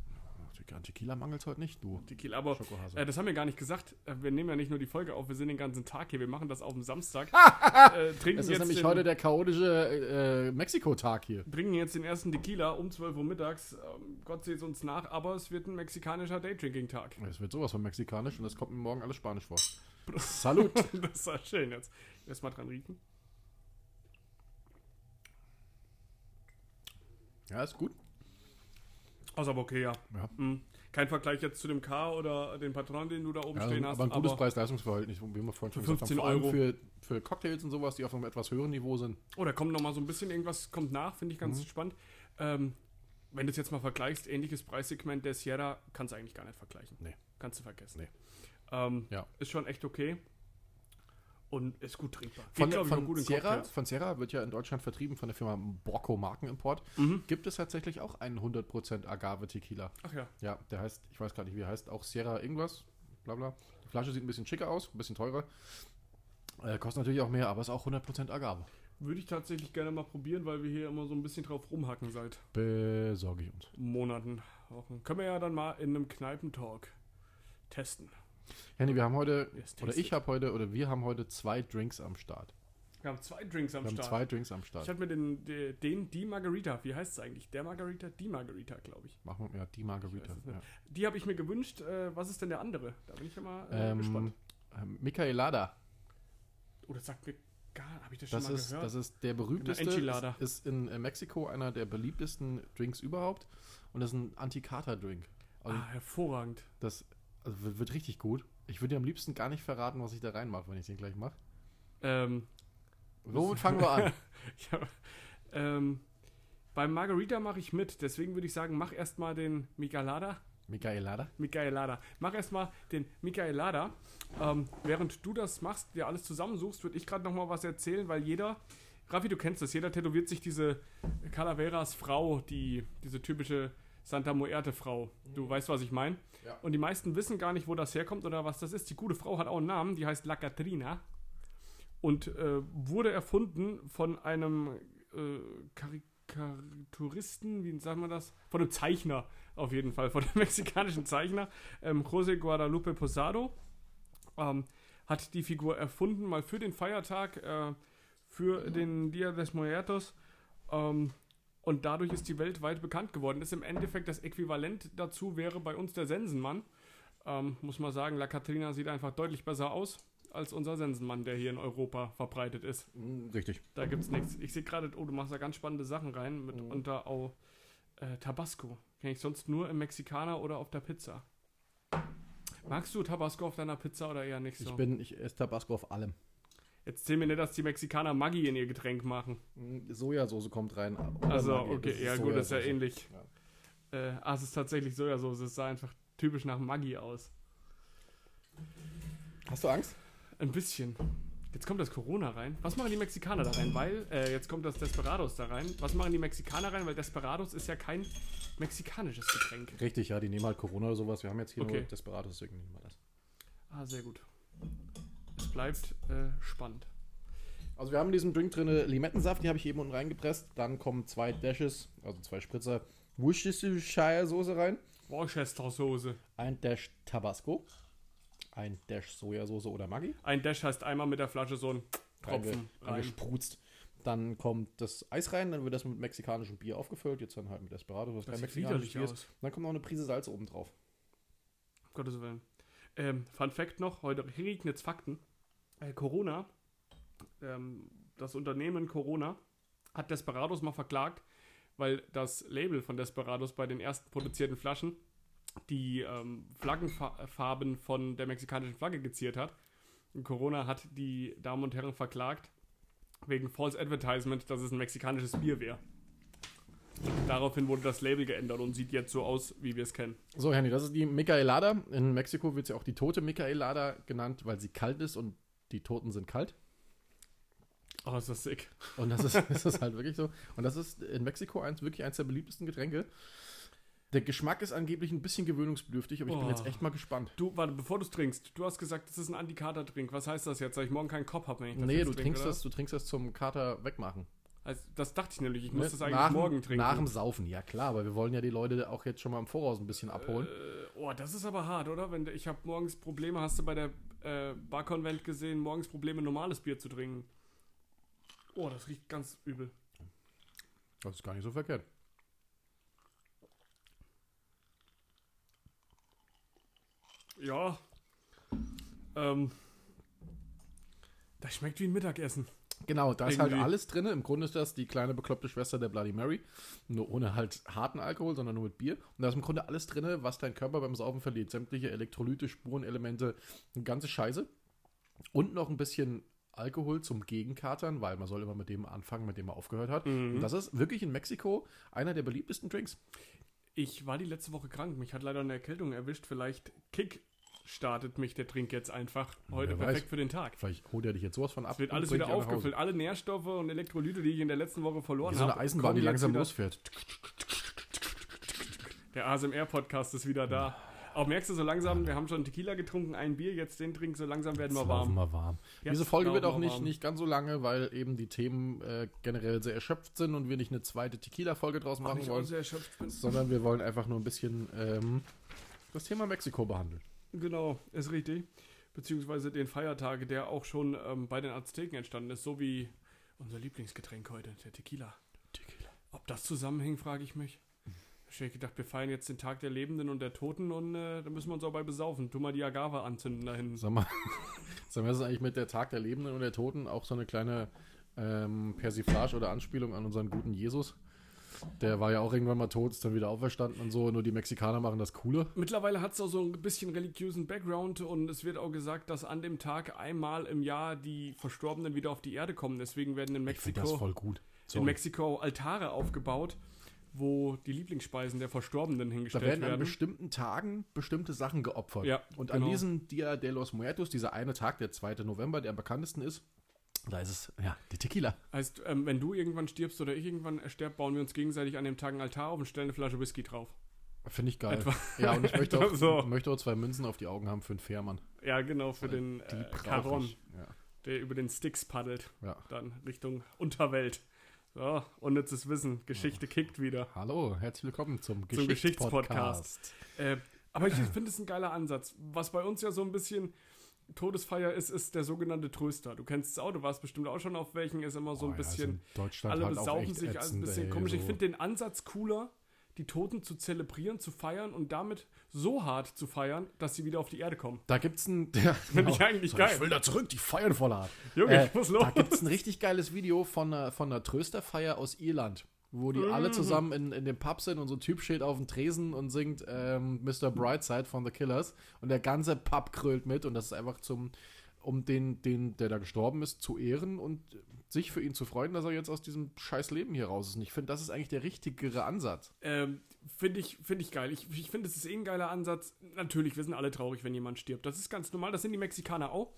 Speaker 3: An Tequila mangelt heute nicht, du.
Speaker 2: Tequila, aber
Speaker 3: Schokohase.
Speaker 2: äh, das haben wir gar nicht gesagt. Äh, Wir nehmen ja nicht nur die Folge auf, wir sind den ganzen Tag hier. Wir machen das auf dem Samstag. äh, trinken
Speaker 3: Es ist
Speaker 2: jetzt
Speaker 3: nämlich
Speaker 2: den,
Speaker 3: heute der chaotische äh, Mexiko-Tag hier.
Speaker 2: trinken jetzt den ersten Tequila um 12 Uhr mittags. Ähm, Gott seht es uns nach, aber es wird ein mexikanischer Daydrinking-Tag.
Speaker 3: Es wird sowas von mexikanisch und es kommt mir morgen alles Spanisch vor. Salut!
Speaker 2: das ist ja schön jetzt. Erstmal dran riechen.
Speaker 3: ja, ist gut.
Speaker 2: Ist aber okay, ja.
Speaker 3: Ja.
Speaker 2: Mm. Kein Vergleich jetzt zu dem K oder den Patron, den du da oben
Speaker 3: Ja,
Speaker 2: stehen hast.
Speaker 3: aber ein gutes Preis-Leistungs-Verhältnis, wie wir vorhin schon
Speaker 2: Für
Speaker 3: gesagt
Speaker 2: 15
Speaker 3: haben. Vor allem
Speaker 2: Euro.
Speaker 3: Für, für Cocktails und sowas, die auf einem etwas höheren Niveau sind.
Speaker 2: Oder Oh, kommt noch mal so ein bisschen irgendwas kommt nach, finde ich
Speaker 3: Mhm.
Speaker 2: ganz spannend. Ähm, wenn du es jetzt mal vergleichst, ähnliches Preissegment der Sierra, kannst du eigentlich gar nicht vergleichen.
Speaker 3: Nee.
Speaker 2: Kannst du vergessen.
Speaker 3: Nee.
Speaker 2: Ähm,
Speaker 3: Ja.
Speaker 2: Ist schon echt okay. Und ist gut trinkbar.
Speaker 3: Von,
Speaker 2: glaub auch
Speaker 3: von,
Speaker 2: in
Speaker 3: Sierra,
Speaker 2: Cocktails.
Speaker 3: von Sierra wird ja in Deutschland vertrieben von der Firma Brocco Markenimport.
Speaker 2: Mhm.
Speaker 3: Gibt es tatsächlich auch einen 100% Agave-Tequila.
Speaker 2: Ach ja.
Speaker 3: Ja, der heißt, ich weiß gar nicht, wie er heißt, auch Sierra irgendwas, bla bla. Die Flasche sieht ein bisschen schicker aus, ein bisschen teurer. Äh, kostet natürlich auch mehr, aber ist auch 100% Agave.
Speaker 2: Würde ich tatsächlich gerne mal probieren, weil wir hier immer so ein bisschen drauf rumhacken seit
Speaker 3: Besorge ich uns.
Speaker 2: Monaten, Wochen. Können wir ja dann mal in einem Kneipentalk testen.
Speaker 3: Henny, wir haben heute,
Speaker 2: Yes,
Speaker 3: oder
Speaker 2: tasted.
Speaker 3: ich habe heute, oder wir haben heute zwei Drinks am Start.
Speaker 2: Wir haben zwei Drinks am
Speaker 3: Wir haben
Speaker 2: Start.
Speaker 3: zwei Drinks am
Speaker 2: ich
Speaker 3: Start.
Speaker 2: habe mir den, den, den, die Margarita, wie heißt es eigentlich? Der Margarita, die Margarita, glaube ich.
Speaker 3: Machen wir ja die Margarita. Ja.
Speaker 2: Die habe ich mir gewünscht. Äh, was ist denn der andere? Da bin ich ja mal äh,
Speaker 3: Ähm,
Speaker 2: gespannt.
Speaker 3: ähm, Michaelada,
Speaker 2: Oder sagt mir gar, habe ich das schon
Speaker 3: das
Speaker 2: mal
Speaker 3: ist,
Speaker 2: gehört?
Speaker 3: das ist der berühmteste,
Speaker 2: Eine Enchilada.
Speaker 3: ist, ist in äh, Mexiko einer der beliebtesten Drinks überhaupt und das ist ein Antikater-Drink. Also
Speaker 2: ah, hervorragend.
Speaker 3: Das also wird, wird richtig gut. Ich würde dir am liebsten gar nicht verraten, was ich da reinmache, wenn ich den gleich mache.
Speaker 2: Ähm,
Speaker 3: Womit fangen wir an?
Speaker 2: ich hab, ähm, beim Margarita mache ich mit. Deswegen würde ich sagen, mach erstmal den Michaelada.
Speaker 3: Michaelada?
Speaker 2: Michaelada. Mach erstmal den Michaelada. Ähm, während du das machst, dir alles zusammensuchst, würde ich gerade nochmal was erzählen, weil jeder, Raffi, du kennst das, jeder tätowiert sich diese Calaveras Frau, die, diese typische Santa Muerte-Frau. Du weißt, was ich meine.
Speaker 3: Ja.
Speaker 2: Und die meisten wissen gar nicht, wo das herkommt oder was das ist. Die gute Frau hat auch einen Namen, die heißt La Catrina und äh, wurde erfunden von einem äh, Karikaturisten, wie sagt man das? Von einem Zeichner, auf jeden Fall, von einem mexikanischen Zeichner, ähm, José Guadalupe Posado. Ähm, hat die Figur erfunden, mal für den Feiertag, äh, für den Dia de los Muertos. Ähm, und dadurch ist die weltweit bekannt geworden. Ist im Endeffekt das Äquivalent dazu, wäre bei uns der Sensenmann. Ähm, muss man sagen, La Catrina sieht einfach deutlich besser aus als unser Sensenmann, der hier in Europa verbreitet ist.
Speaker 3: Mm, Richtig.
Speaker 2: Da gibt's nichts. Ich sehe gerade, oh, du machst da ganz spannende Sachen rein, mitunter auch äh, Tabasco. Kenn ich sonst nur im Mexikaner oder auf der Pizza. Magst du Tabasco auf deiner Pizza oder eher nicht so?
Speaker 3: Ich bin, ich esse Tabasco auf allem.
Speaker 2: Jetzt zähl mir nicht, dass die Mexikaner Maggi in ihr Getränk machen.
Speaker 3: Mm, Sojasauce kommt rein.
Speaker 2: Also, okay, ja gut, das ist ja
Speaker 3: Sojasauce.
Speaker 2: ähnlich. Äh, ah, es ist tatsächlich Sojasauce, es sah einfach typisch nach Maggi aus.
Speaker 3: Hast du Angst?
Speaker 2: Ein bisschen. Jetzt kommt das Corona rein. Was machen die Mexikaner da rein? Weil, äh, jetzt kommt das Desperados da rein. Was machen die Mexikaner rein? Weil Desperados ist ja kein mexikanisches Getränk.
Speaker 3: Richtig, ja, die nehmen halt Corona oder sowas. Wir haben jetzt hier
Speaker 2: Okay.
Speaker 3: nur Desperados, deswegen nehmen wir das.
Speaker 2: Ah, sehr gut. Es bleibt äh, spannend.
Speaker 3: Also wir haben in diesem Drink drin Limettensaft, die habe ich eben unten reingepresst. Dann kommen zwei Dashes, also zwei Spritzer Worcestershire-Soße rein.
Speaker 2: Worcester-Soße.
Speaker 3: Ein Dash Tabasco. Ein Dash Sojasauce oder Maggi.
Speaker 2: Ein Dash heißt einmal mit der Flasche so ein Tropfen
Speaker 3: reinge- reingesprutzt. Dann kommt das Eis rein, dann wird das mit mexikanischem Bier aufgefüllt, jetzt dann halt mit Desperado, was
Speaker 2: Das
Speaker 3: kein
Speaker 2: sieht widerlich
Speaker 3: mexikanisches Bier
Speaker 2: aus.
Speaker 3: ist. Dann kommt noch eine Prise Salz oben drauf.
Speaker 2: Um Gottes Willen. Ähm, Fun Fact noch, heute regnet's Fakten. Äh, Corona, ähm, das Unternehmen Corona hat Desperados mal verklagt, weil das Label von Desperados bei den ersten produzierten Flaschen die ähm, Flaggenfarben von der mexikanischen Flagge geziert hat. Und Corona hat die Damen und Herren verklagt wegen False Advertisement, dass es ein mexikanisches Bier wäre. Daraufhin wurde das Label geändert und sieht jetzt so aus, wie wir es kennen.
Speaker 3: So, Henry, das ist die Michaelada. In Mexiko wird sie auch die tote Michaelada genannt, weil sie kalt ist und die Toten sind kalt.
Speaker 2: Oh, ist das sick.
Speaker 3: Und das ist, das ist halt wirklich so. Und das ist in Mexiko eins, wirklich eins der beliebtesten Getränke. Der Geschmack ist angeblich ein bisschen gewöhnungsbedürftig, aber ich bin
Speaker 2: Boah.
Speaker 3: jetzt echt mal gespannt.
Speaker 2: Du, warte, bevor du es trinkst, du hast gesagt, das ist ein Antikater-Trink. Was heißt das jetzt? Dass ich morgen keinen Kopf habe, wenn ich das
Speaker 3: Nee,
Speaker 2: jetzt
Speaker 3: du
Speaker 2: trinke,
Speaker 3: trinkst
Speaker 2: oder?
Speaker 3: das, du trinkst das zum Kater wegmachen.
Speaker 2: Also, das dachte ich nämlich, ich muss
Speaker 3: Ne?
Speaker 2: das eigentlich
Speaker 3: Nach dem-
Speaker 2: morgen trinken.
Speaker 3: Nach dem Saufen, ja klar, aber wir wollen ja die Leute auch jetzt schon mal im Voraus ein bisschen abholen.
Speaker 2: oh, das ist aber hart, oder? Wenn, du- ich habe morgens Probleme, hast du bei der äh, Barkonvent gesehen, morgens Probleme, normales Bier zu trinken. Oh, das riecht ganz übel.
Speaker 3: Das ist gar nicht so verkehrt.
Speaker 2: Ja. Ähm. Das schmeckt wie ein Mittagessen.
Speaker 3: Genau, da ist halt
Speaker 2: Irgendwie.
Speaker 3: alles drin. Im Grunde ist das die kleine bekloppte Schwester der Bloody Mary. Nur ohne halt harten Alkohol, sondern nur mit Bier. Und da ist im Grunde alles drin, was dein Körper beim Saufen verliert. Sämtliche Elektrolyte, Spurenelemente, eine ganze Scheiße. Und noch ein bisschen Alkohol zum Gegenkatern, weil man soll immer mit dem anfangen, mit dem man aufgehört hat.
Speaker 2: Mhm.
Speaker 3: Und das ist wirklich in Mexiko einer der beliebtesten Drinks.
Speaker 2: Ich war die letzte Woche krank. Mich hat leider eine Erkältung erwischt. Vielleicht Kick startet mich der Trink jetzt einfach. Heute
Speaker 3: Wer weiß.
Speaker 2: perfekt für den Tag.
Speaker 3: Vielleicht holt er dich jetzt sowas von ab.
Speaker 2: Es wird alles wieder aufgefüllt. Alle Nährstoffe und Elektrolyte, die ich in der letzten Woche verloren
Speaker 3: Wie
Speaker 2: habe.
Speaker 3: so eine Eisenbahn, die
Speaker 2: kommen jetzt
Speaker 3: langsam
Speaker 2: wieder.
Speaker 3: losfährt.
Speaker 2: Der ASMR-Podcast ist wieder da. Auch merkst du so langsam, wir haben schon Tequila getrunken, ein Bier, jetzt den Trink, so langsam werden wir warm.
Speaker 3: Mal warm.
Speaker 2: Jetzt
Speaker 3: Diese Folge wird
Speaker 2: laufen
Speaker 3: auch
Speaker 2: wir
Speaker 3: nicht,
Speaker 2: warm.
Speaker 3: nicht ganz so lange, weil eben die Themen äh, generell sehr erschöpft sind und wir nicht eine zweite Tequila-Folge draus
Speaker 2: Wenn
Speaker 3: machen
Speaker 2: ich auch
Speaker 3: wollen,
Speaker 2: sehr erschöpft bin.
Speaker 3: sondern wir wollen einfach nur ein bisschen ähm, das Thema Mexiko behandeln.
Speaker 2: Genau, ist richtig. Beziehungsweise den Feiertag, der auch schon ähm, bei den Azteken entstanden ist, so wie unser Lieblingsgetränk heute, der Tequila.
Speaker 3: Tequila. Hm.
Speaker 2: Ob das zusammenhängt, frage ich mich. Ich hätte gedacht, wir feiern jetzt den Tag der Lebenden und der Toten und äh, da müssen wir uns auch bei besaufen. Tu mal die Agave anzünden da hinten.
Speaker 3: Sag mal, sag mal, das ist eigentlich mit der Tag der Lebenden und der Toten auch so eine kleine ähm, Persiflage oder Anspielung an unseren guten Jesus. Der war ja auch irgendwann mal tot, ist dann wieder auferstanden und so, nur die Mexikaner machen das Coole.
Speaker 2: Mittlerweile hat es auch so ein bisschen religiösen Background und es wird auch gesagt, dass an dem Tag einmal im Jahr die Verstorbenen wieder auf die Erde kommen. Deswegen werden in
Speaker 3: Find das
Speaker 2: Mexiko,
Speaker 3: voll gut.
Speaker 2: in
Speaker 3: Sorry.
Speaker 2: Mexiko Altare aufgebaut, wo die Lieblingsspeisen der Verstorbenen
Speaker 3: Da
Speaker 2: hingestellt
Speaker 3: werden an
Speaker 2: werden.
Speaker 3: bestimmten Tagen bestimmte Sachen geopfert.
Speaker 2: Ja,
Speaker 3: und an
Speaker 2: genau.
Speaker 3: diesem Dia de los Muertos, dieser eine Tag, der 2. November, der am bekanntesten ist, da ist es, ja, die Tequila.
Speaker 2: Heißt, ähm, wenn du irgendwann stirbst oder ich irgendwann sterbe, bauen wir uns gegenseitig an dem Tag einen Altar auf und stellen eine Flasche Whisky drauf.
Speaker 3: Finde ich geil.
Speaker 2: Etwa-
Speaker 3: Ja, und ich möchte auch,
Speaker 2: Etwa so.
Speaker 3: möchte auch zwei Münzen auf die Augen haben für einen Fährmann.
Speaker 2: Ja, genau, für den
Speaker 3: Die
Speaker 2: äh,
Speaker 3: brauch
Speaker 2: Caron,
Speaker 3: ich. Ja,
Speaker 2: der über den Sticks paddelt,
Speaker 3: ja.
Speaker 2: dann Richtung Unterwelt. So, unnützes Wissen, Geschichte kickt wieder.
Speaker 3: Hallo, herzlich willkommen zum,
Speaker 2: Zum
Speaker 3: Geschichtspodcast.
Speaker 2: Geschichtspodcast. Äh, aber ich finde es ein geiler Ansatz. Was bei uns ja so ein bisschen Todesfeier ist, ist der sogenannte Tröster. Du kennst es auch, du warst bestimmt auch schon auf welchen, ist immer so ein
Speaker 3: Oh ja,
Speaker 2: bisschen,
Speaker 3: sind Deutschland
Speaker 2: alle
Speaker 3: halt auch
Speaker 2: besaufen
Speaker 3: echt
Speaker 2: sich, alles ein
Speaker 3: ätzend,
Speaker 2: bisschen
Speaker 3: ey,
Speaker 2: komisch. Ich
Speaker 3: so.
Speaker 2: finde den Ansatz cooler, die Toten zu zelebrieren, zu feiern und damit so hart zu feiern, dass sie wieder auf die Erde kommen.
Speaker 3: Da gibt's ein. Ja,
Speaker 2: Finde ich eigentlich geil.
Speaker 3: Ich will da zurück, die feiern voll hart.
Speaker 2: Junge, ich muss los.
Speaker 3: Da gibt's ein richtig geiles Video von einer, von einer Trösterfeier aus Irland, wo die
Speaker 2: Mm.
Speaker 3: alle zusammen in, in dem Pub sind und so ein Typ steht auf dem Tresen und singt ähm, Mr. Brightside von The Killers und der ganze Pub krölt mit und das ist einfach zum um den, den, der da gestorben ist, zu ehren und sich für ihn zu freuen, dass er jetzt aus diesem scheiß Leben hier raus ist. Und ich finde, das ist eigentlich der richtigere Ansatz.
Speaker 2: Ähm, finde ich, finde ich geil. Ich, ich finde, es ist eh ein geiler Ansatz. Natürlich, wir sind alle traurig, wenn jemand stirbt. Das ist ganz normal. Das sind die Mexikaner auch.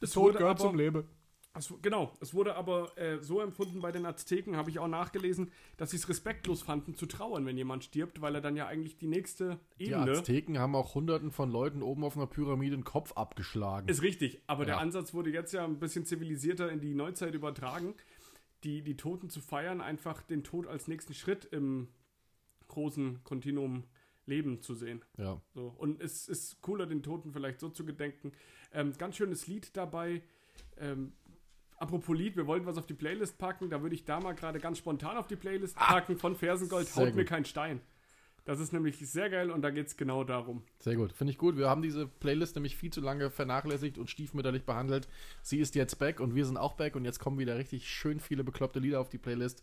Speaker 2: Das
Speaker 3: Leben.
Speaker 2: Es, genau, es wurde aber äh, so empfunden bei den Azteken, habe ich auch nachgelesen, dass sie es respektlos fanden, zu trauern, wenn jemand stirbt, weil er dann ja eigentlich die nächste
Speaker 3: Die
Speaker 2: Ebene.
Speaker 3: Azteken haben auch hunderten von Leuten oben auf einer Pyramide den Kopf abgeschlagen.
Speaker 2: ist richtig, aber der
Speaker 3: Ja.
Speaker 2: Ansatz wurde jetzt ja ein bisschen zivilisierter in die Neuzeit übertragen, die, die Toten zu feiern, einfach den Tod als nächsten Schritt im großen Kontinuum Leben zu sehen.
Speaker 3: ja.
Speaker 2: So. Und es ist cooler, den Toten vielleicht so zu gedenken. Ähm, ganz schönes Lied dabei. Ähm, apropos Lied, wir wollten was auf die Playlist packen. Da würde ich da mal gerade ganz spontan auf die Playlist packen von Fersengold.
Speaker 3: Ah, Sehr
Speaker 2: Haut mir
Speaker 3: gut.
Speaker 2: keinen Stein. Das ist nämlich sehr geil und da geht es genau darum.
Speaker 3: Sehr gut, finde ich gut. Wir haben diese Playlist nämlich viel zu lange vernachlässigt und stiefmütterlich behandelt. Sie ist jetzt back und wir sind auch back und jetzt kommen wieder richtig schön viele bekloppte Lieder auf die Playlist.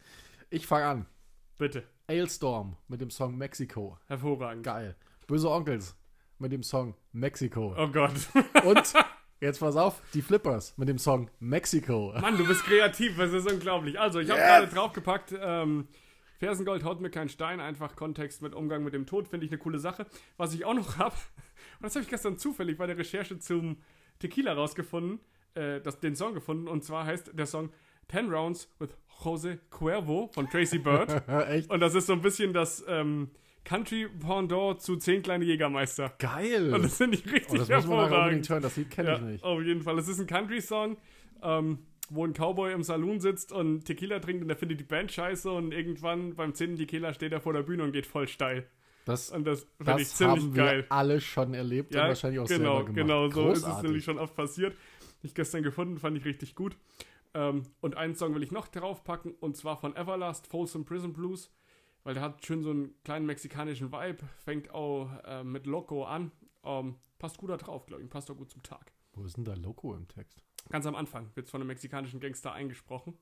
Speaker 3: Ich fange an.
Speaker 2: Bitte.
Speaker 3: Ailstorm mit dem Song Mexico.
Speaker 2: Hervorragend.
Speaker 3: Geil. Böse Onkels mit dem Song Mexico.
Speaker 2: Oh Gott.
Speaker 3: Und jetzt pass auf, die Flippers mit dem Song Mexico.
Speaker 2: Mann, du bist kreativ, das ist unglaublich. Also, ich habe gerade draufgepackt, ähm, Fersengold haut mir keinen Stein, einfach Kontext mit Umgang mit dem Tod, finde ich eine coole Sache. Was ich auch noch habe, und das habe ich gestern zufällig bei der Recherche zum Tequila rausgefunden, äh, das, den Song gefunden, und zwar heißt der Song 10 Rounds with Jose Cuervo von Tracy Bird.
Speaker 3: Echt
Speaker 2: und das ist so ein bisschen das ähm, Country Pendant zu 10 kleine Jägermeister.
Speaker 3: geil.
Speaker 2: Und das finde ich richtig
Speaker 3: Oh, das muss man mal unbedingt hören, das Lied kenne ich nicht.
Speaker 2: auf jeden Fall. Es ist ein Country-Song, ähm, wo ein Cowboy im Saloon sitzt und Tequila trinkt und er findet die Band scheiße und irgendwann beim 10. Tequila steht er vor der Bühne und geht voll steil.
Speaker 3: Das,
Speaker 2: Und das finde ich
Speaker 3: das
Speaker 2: ziemlich
Speaker 3: haben wir
Speaker 2: geil.
Speaker 3: alle schon erlebt und wahrscheinlich auch
Speaker 2: genau,
Speaker 3: selber gemacht.
Speaker 2: genau so ist es
Speaker 3: Großartig.
Speaker 2: nämlich schon oft passiert. Ich gestern gefunden, fand ich richtig gut. Ähm, und einen Song will ich noch draufpacken und zwar von Everlast, Folsom Prison Blues, weil der hat schön so einen kleinen mexikanischen Vibe, fängt auch äh, mit Loco an. Ähm, passt gut da drauf, glaube ich, passt auch gut zum Tag.
Speaker 3: Wo ist denn da Loco im Text?
Speaker 2: Ganz am Anfang wird es von einem mexikanischen Gangster eingesprochen.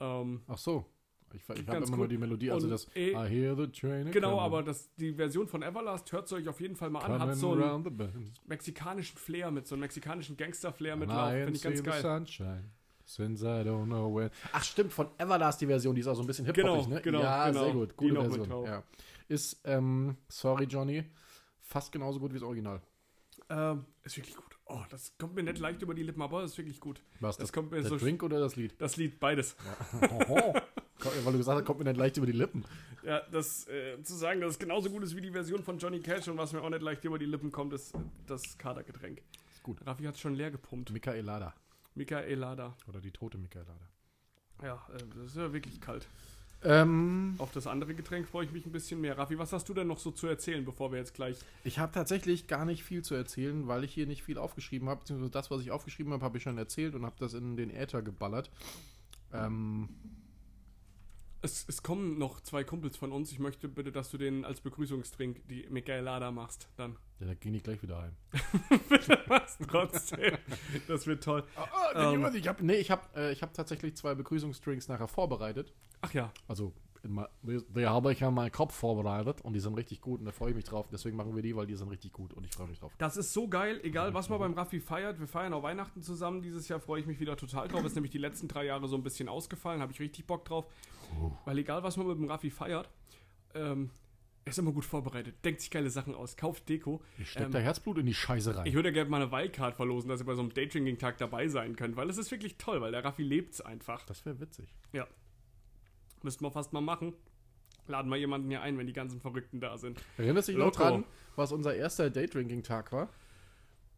Speaker 2: Ähm,
Speaker 3: Ach so. Ich, ich habe
Speaker 2: Ganz
Speaker 3: immer
Speaker 2: cool.
Speaker 3: nur die Melodie, also
Speaker 2: Und,
Speaker 3: das
Speaker 2: äh,
Speaker 3: I hear the train
Speaker 2: genau,
Speaker 3: coming,
Speaker 2: aber das, die Version von Everlast hört es euch auf jeden Fall mal an.
Speaker 3: coming
Speaker 2: Hat so einen
Speaker 3: round the bend.
Speaker 2: mexikanischen Flair mit, so einen mexikanischen Gangster-Flair mit
Speaker 3: And
Speaker 2: drauf.
Speaker 3: I
Speaker 2: Finde ich
Speaker 3: see
Speaker 2: ganz
Speaker 3: the
Speaker 2: geil.
Speaker 3: sunshine since I don't know when. Ach stimmt, von Everlast die Version, die ist auch so ein bisschen hip
Speaker 2: Genau,
Speaker 3: ne?
Speaker 2: genau,
Speaker 3: ja,
Speaker 2: genau.
Speaker 3: sehr gut,
Speaker 2: Die
Speaker 3: gute
Speaker 2: noch mit
Speaker 3: Version.
Speaker 2: drauf.
Speaker 3: Ja. Ist, ähm, sorry Johnny, fast genauso gut wie das Original.
Speaker 2: Ähm, ist wirklich gut. Oh, das kommt mir nicht leicht über die Lippen, aber ist wirklich gut.
Speaker 3: Was
Speaker 2: Das kommt mir
Speaker 3: der
Speaker 2: so-
Speaker 3: Drink oder das Lied?
Speaker 2: Das Lied, beides.
Speaker 3: Oho. Kommt- Weil du gesagt hast, kommt mir dann leicht über die Lippen.
Speaker 2: Ja, das äh, zu sagen, dass es genauso gut ist wie die Version von Johnny Cash und was mir auch nicht leicht über die Lippen kommt, ist äh, das Kadergetränk. Ist
Speaker 3: gut.
Speaker 2: Raffi hat schon leer gepumpt.
Speaker 3: Michaelada.
Speaker 2: Michaelada.
Speaker 3: Oder die tote Michaelada.
Speaker 2: Ja, äh, das ist ja wirklich kalt.
Speaker 3: Ähm,
Speaker 2: Auf das andere Getränk freue ich mich ein bisschen mehr. Raffi, was hast du denn noch so zu erzählen, bevor wir jetzt gleich.
Speaker 3: Ich habe tatsächlich gar nicht viel zu erzählen, weil ich hier nicht viel aufgeschrieben habe. Beziehungsweise das, was ich aufgeschrieben habe, habe ich schon erzählt und habe das in den Äther geballert. Ähm,
Speaker 2: Es, es kommen noch zwei Kumpels von uns. Ich möchte bitte, dass du denen als Begrüßungstrink die Michaelada machst. Dann
Speaker 3: ja, da ging ich gleich wieder heim.
Speaker 2: bitte mach's trotzdem. Das wird toll. Ähm.
Speaker 3: ich habe Ah, nee, ich hab, äh, ich hab tatsächlich zwei Begrüßungsdrinks nachher vorbereitet.
Speaker 2: Ach ja,
Speaker 3: Also, in mein- die habe ich ja in meinen Kopf vorbereitet und die sind richtig gut und da freue ich mich drauf. Deswegen machen wir die, weil die sind richtig gut und ich freue mich drauf.
Speaker 2: das ist so geil. Egal, was man beim Raffi feiert. Wir feiern auch Weihnachten zusammen. Dieses Jahr freue ich mich wieder total drauf. Ist nämlich die letzten drei Jahre so ein bisschen ausgefallen. Habe ich richtig Bock drauf. Weil egal, was man mit dem Raffi feiert, ähm, er ist immer gut vorbereitet. Denkt sich geile Sachen aus. Kauft Deko.
Speaker 3: Ich steck da Herzblut in die Scheiße
Speaker 2: Ähm,
Speaker 3: rein.
Speaker 2: Ich würde ja gerne mal eine Wildcard verlosen, dass ihr bei so einem Daydrinking-Tag dabei sein könnt, weil es ist wirklich toll, weil der Raffi lebt's einfach.
Speaker 3: das wäre witzig.
Speaker 2: Ja. Müssten wir fast mal machen. Laden wir jemanden hier ein, wenn die ganzen Verrückten da sind.
Speaker 3: Erinnerst du dich noch
Speaker 2: Loco.
Speaker 3: dran, was unser erster Daydrinking-Tag war?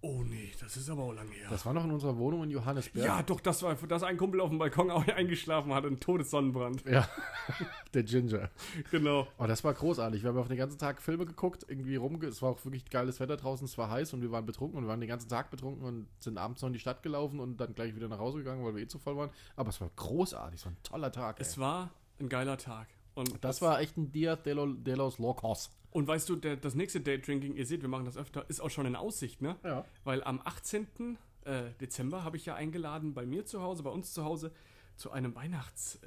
Speaker 2: Oh nee, das ist aber auch lange her.
Speaker 3: Das war noch in unserer Wohnung in Johannesberg.
Speaker 2: ja, doch, das war, dass ein Kumpel auf dem Balkon auch eingeschlafen hat, ein Todessonnenbrand.
Speaker 3: Ja, der Ginger.
Speaker 2: Genau.
Speaker 3: Oh, das war großartig. Wir haben auf den ganzen Tag Filme geguckt, irgendwie rumge... Es war auch wirklich geiles Wetter draußen, es war heiß und wir waren betrunken und wir waren den ganzen Tag betrunken und sind abends noch in die Stadt gelaufen und dann gleich wieder nach Hause gegangen, weil wir eh zu voll waren. Aber es war großartig, es war ein toller Tag. Ey.
Speaker 2: Es war ein geiler Tag. Und,
Speaker 3: das war echt ein Dia de, lo, de los Locos.
Speaker 2: und weißt du, der, das nächste Daydrinking, ihr seht, wir machen das öfter, ist auch schon in Aussicht, ne?
Speaker 3: Ja.
Speaker 2: Weil am 18. äh, Dezember habe ich ja eingeladen bei mir zu Hause, bei uns zu Hause, zu einem Weihnachts äh,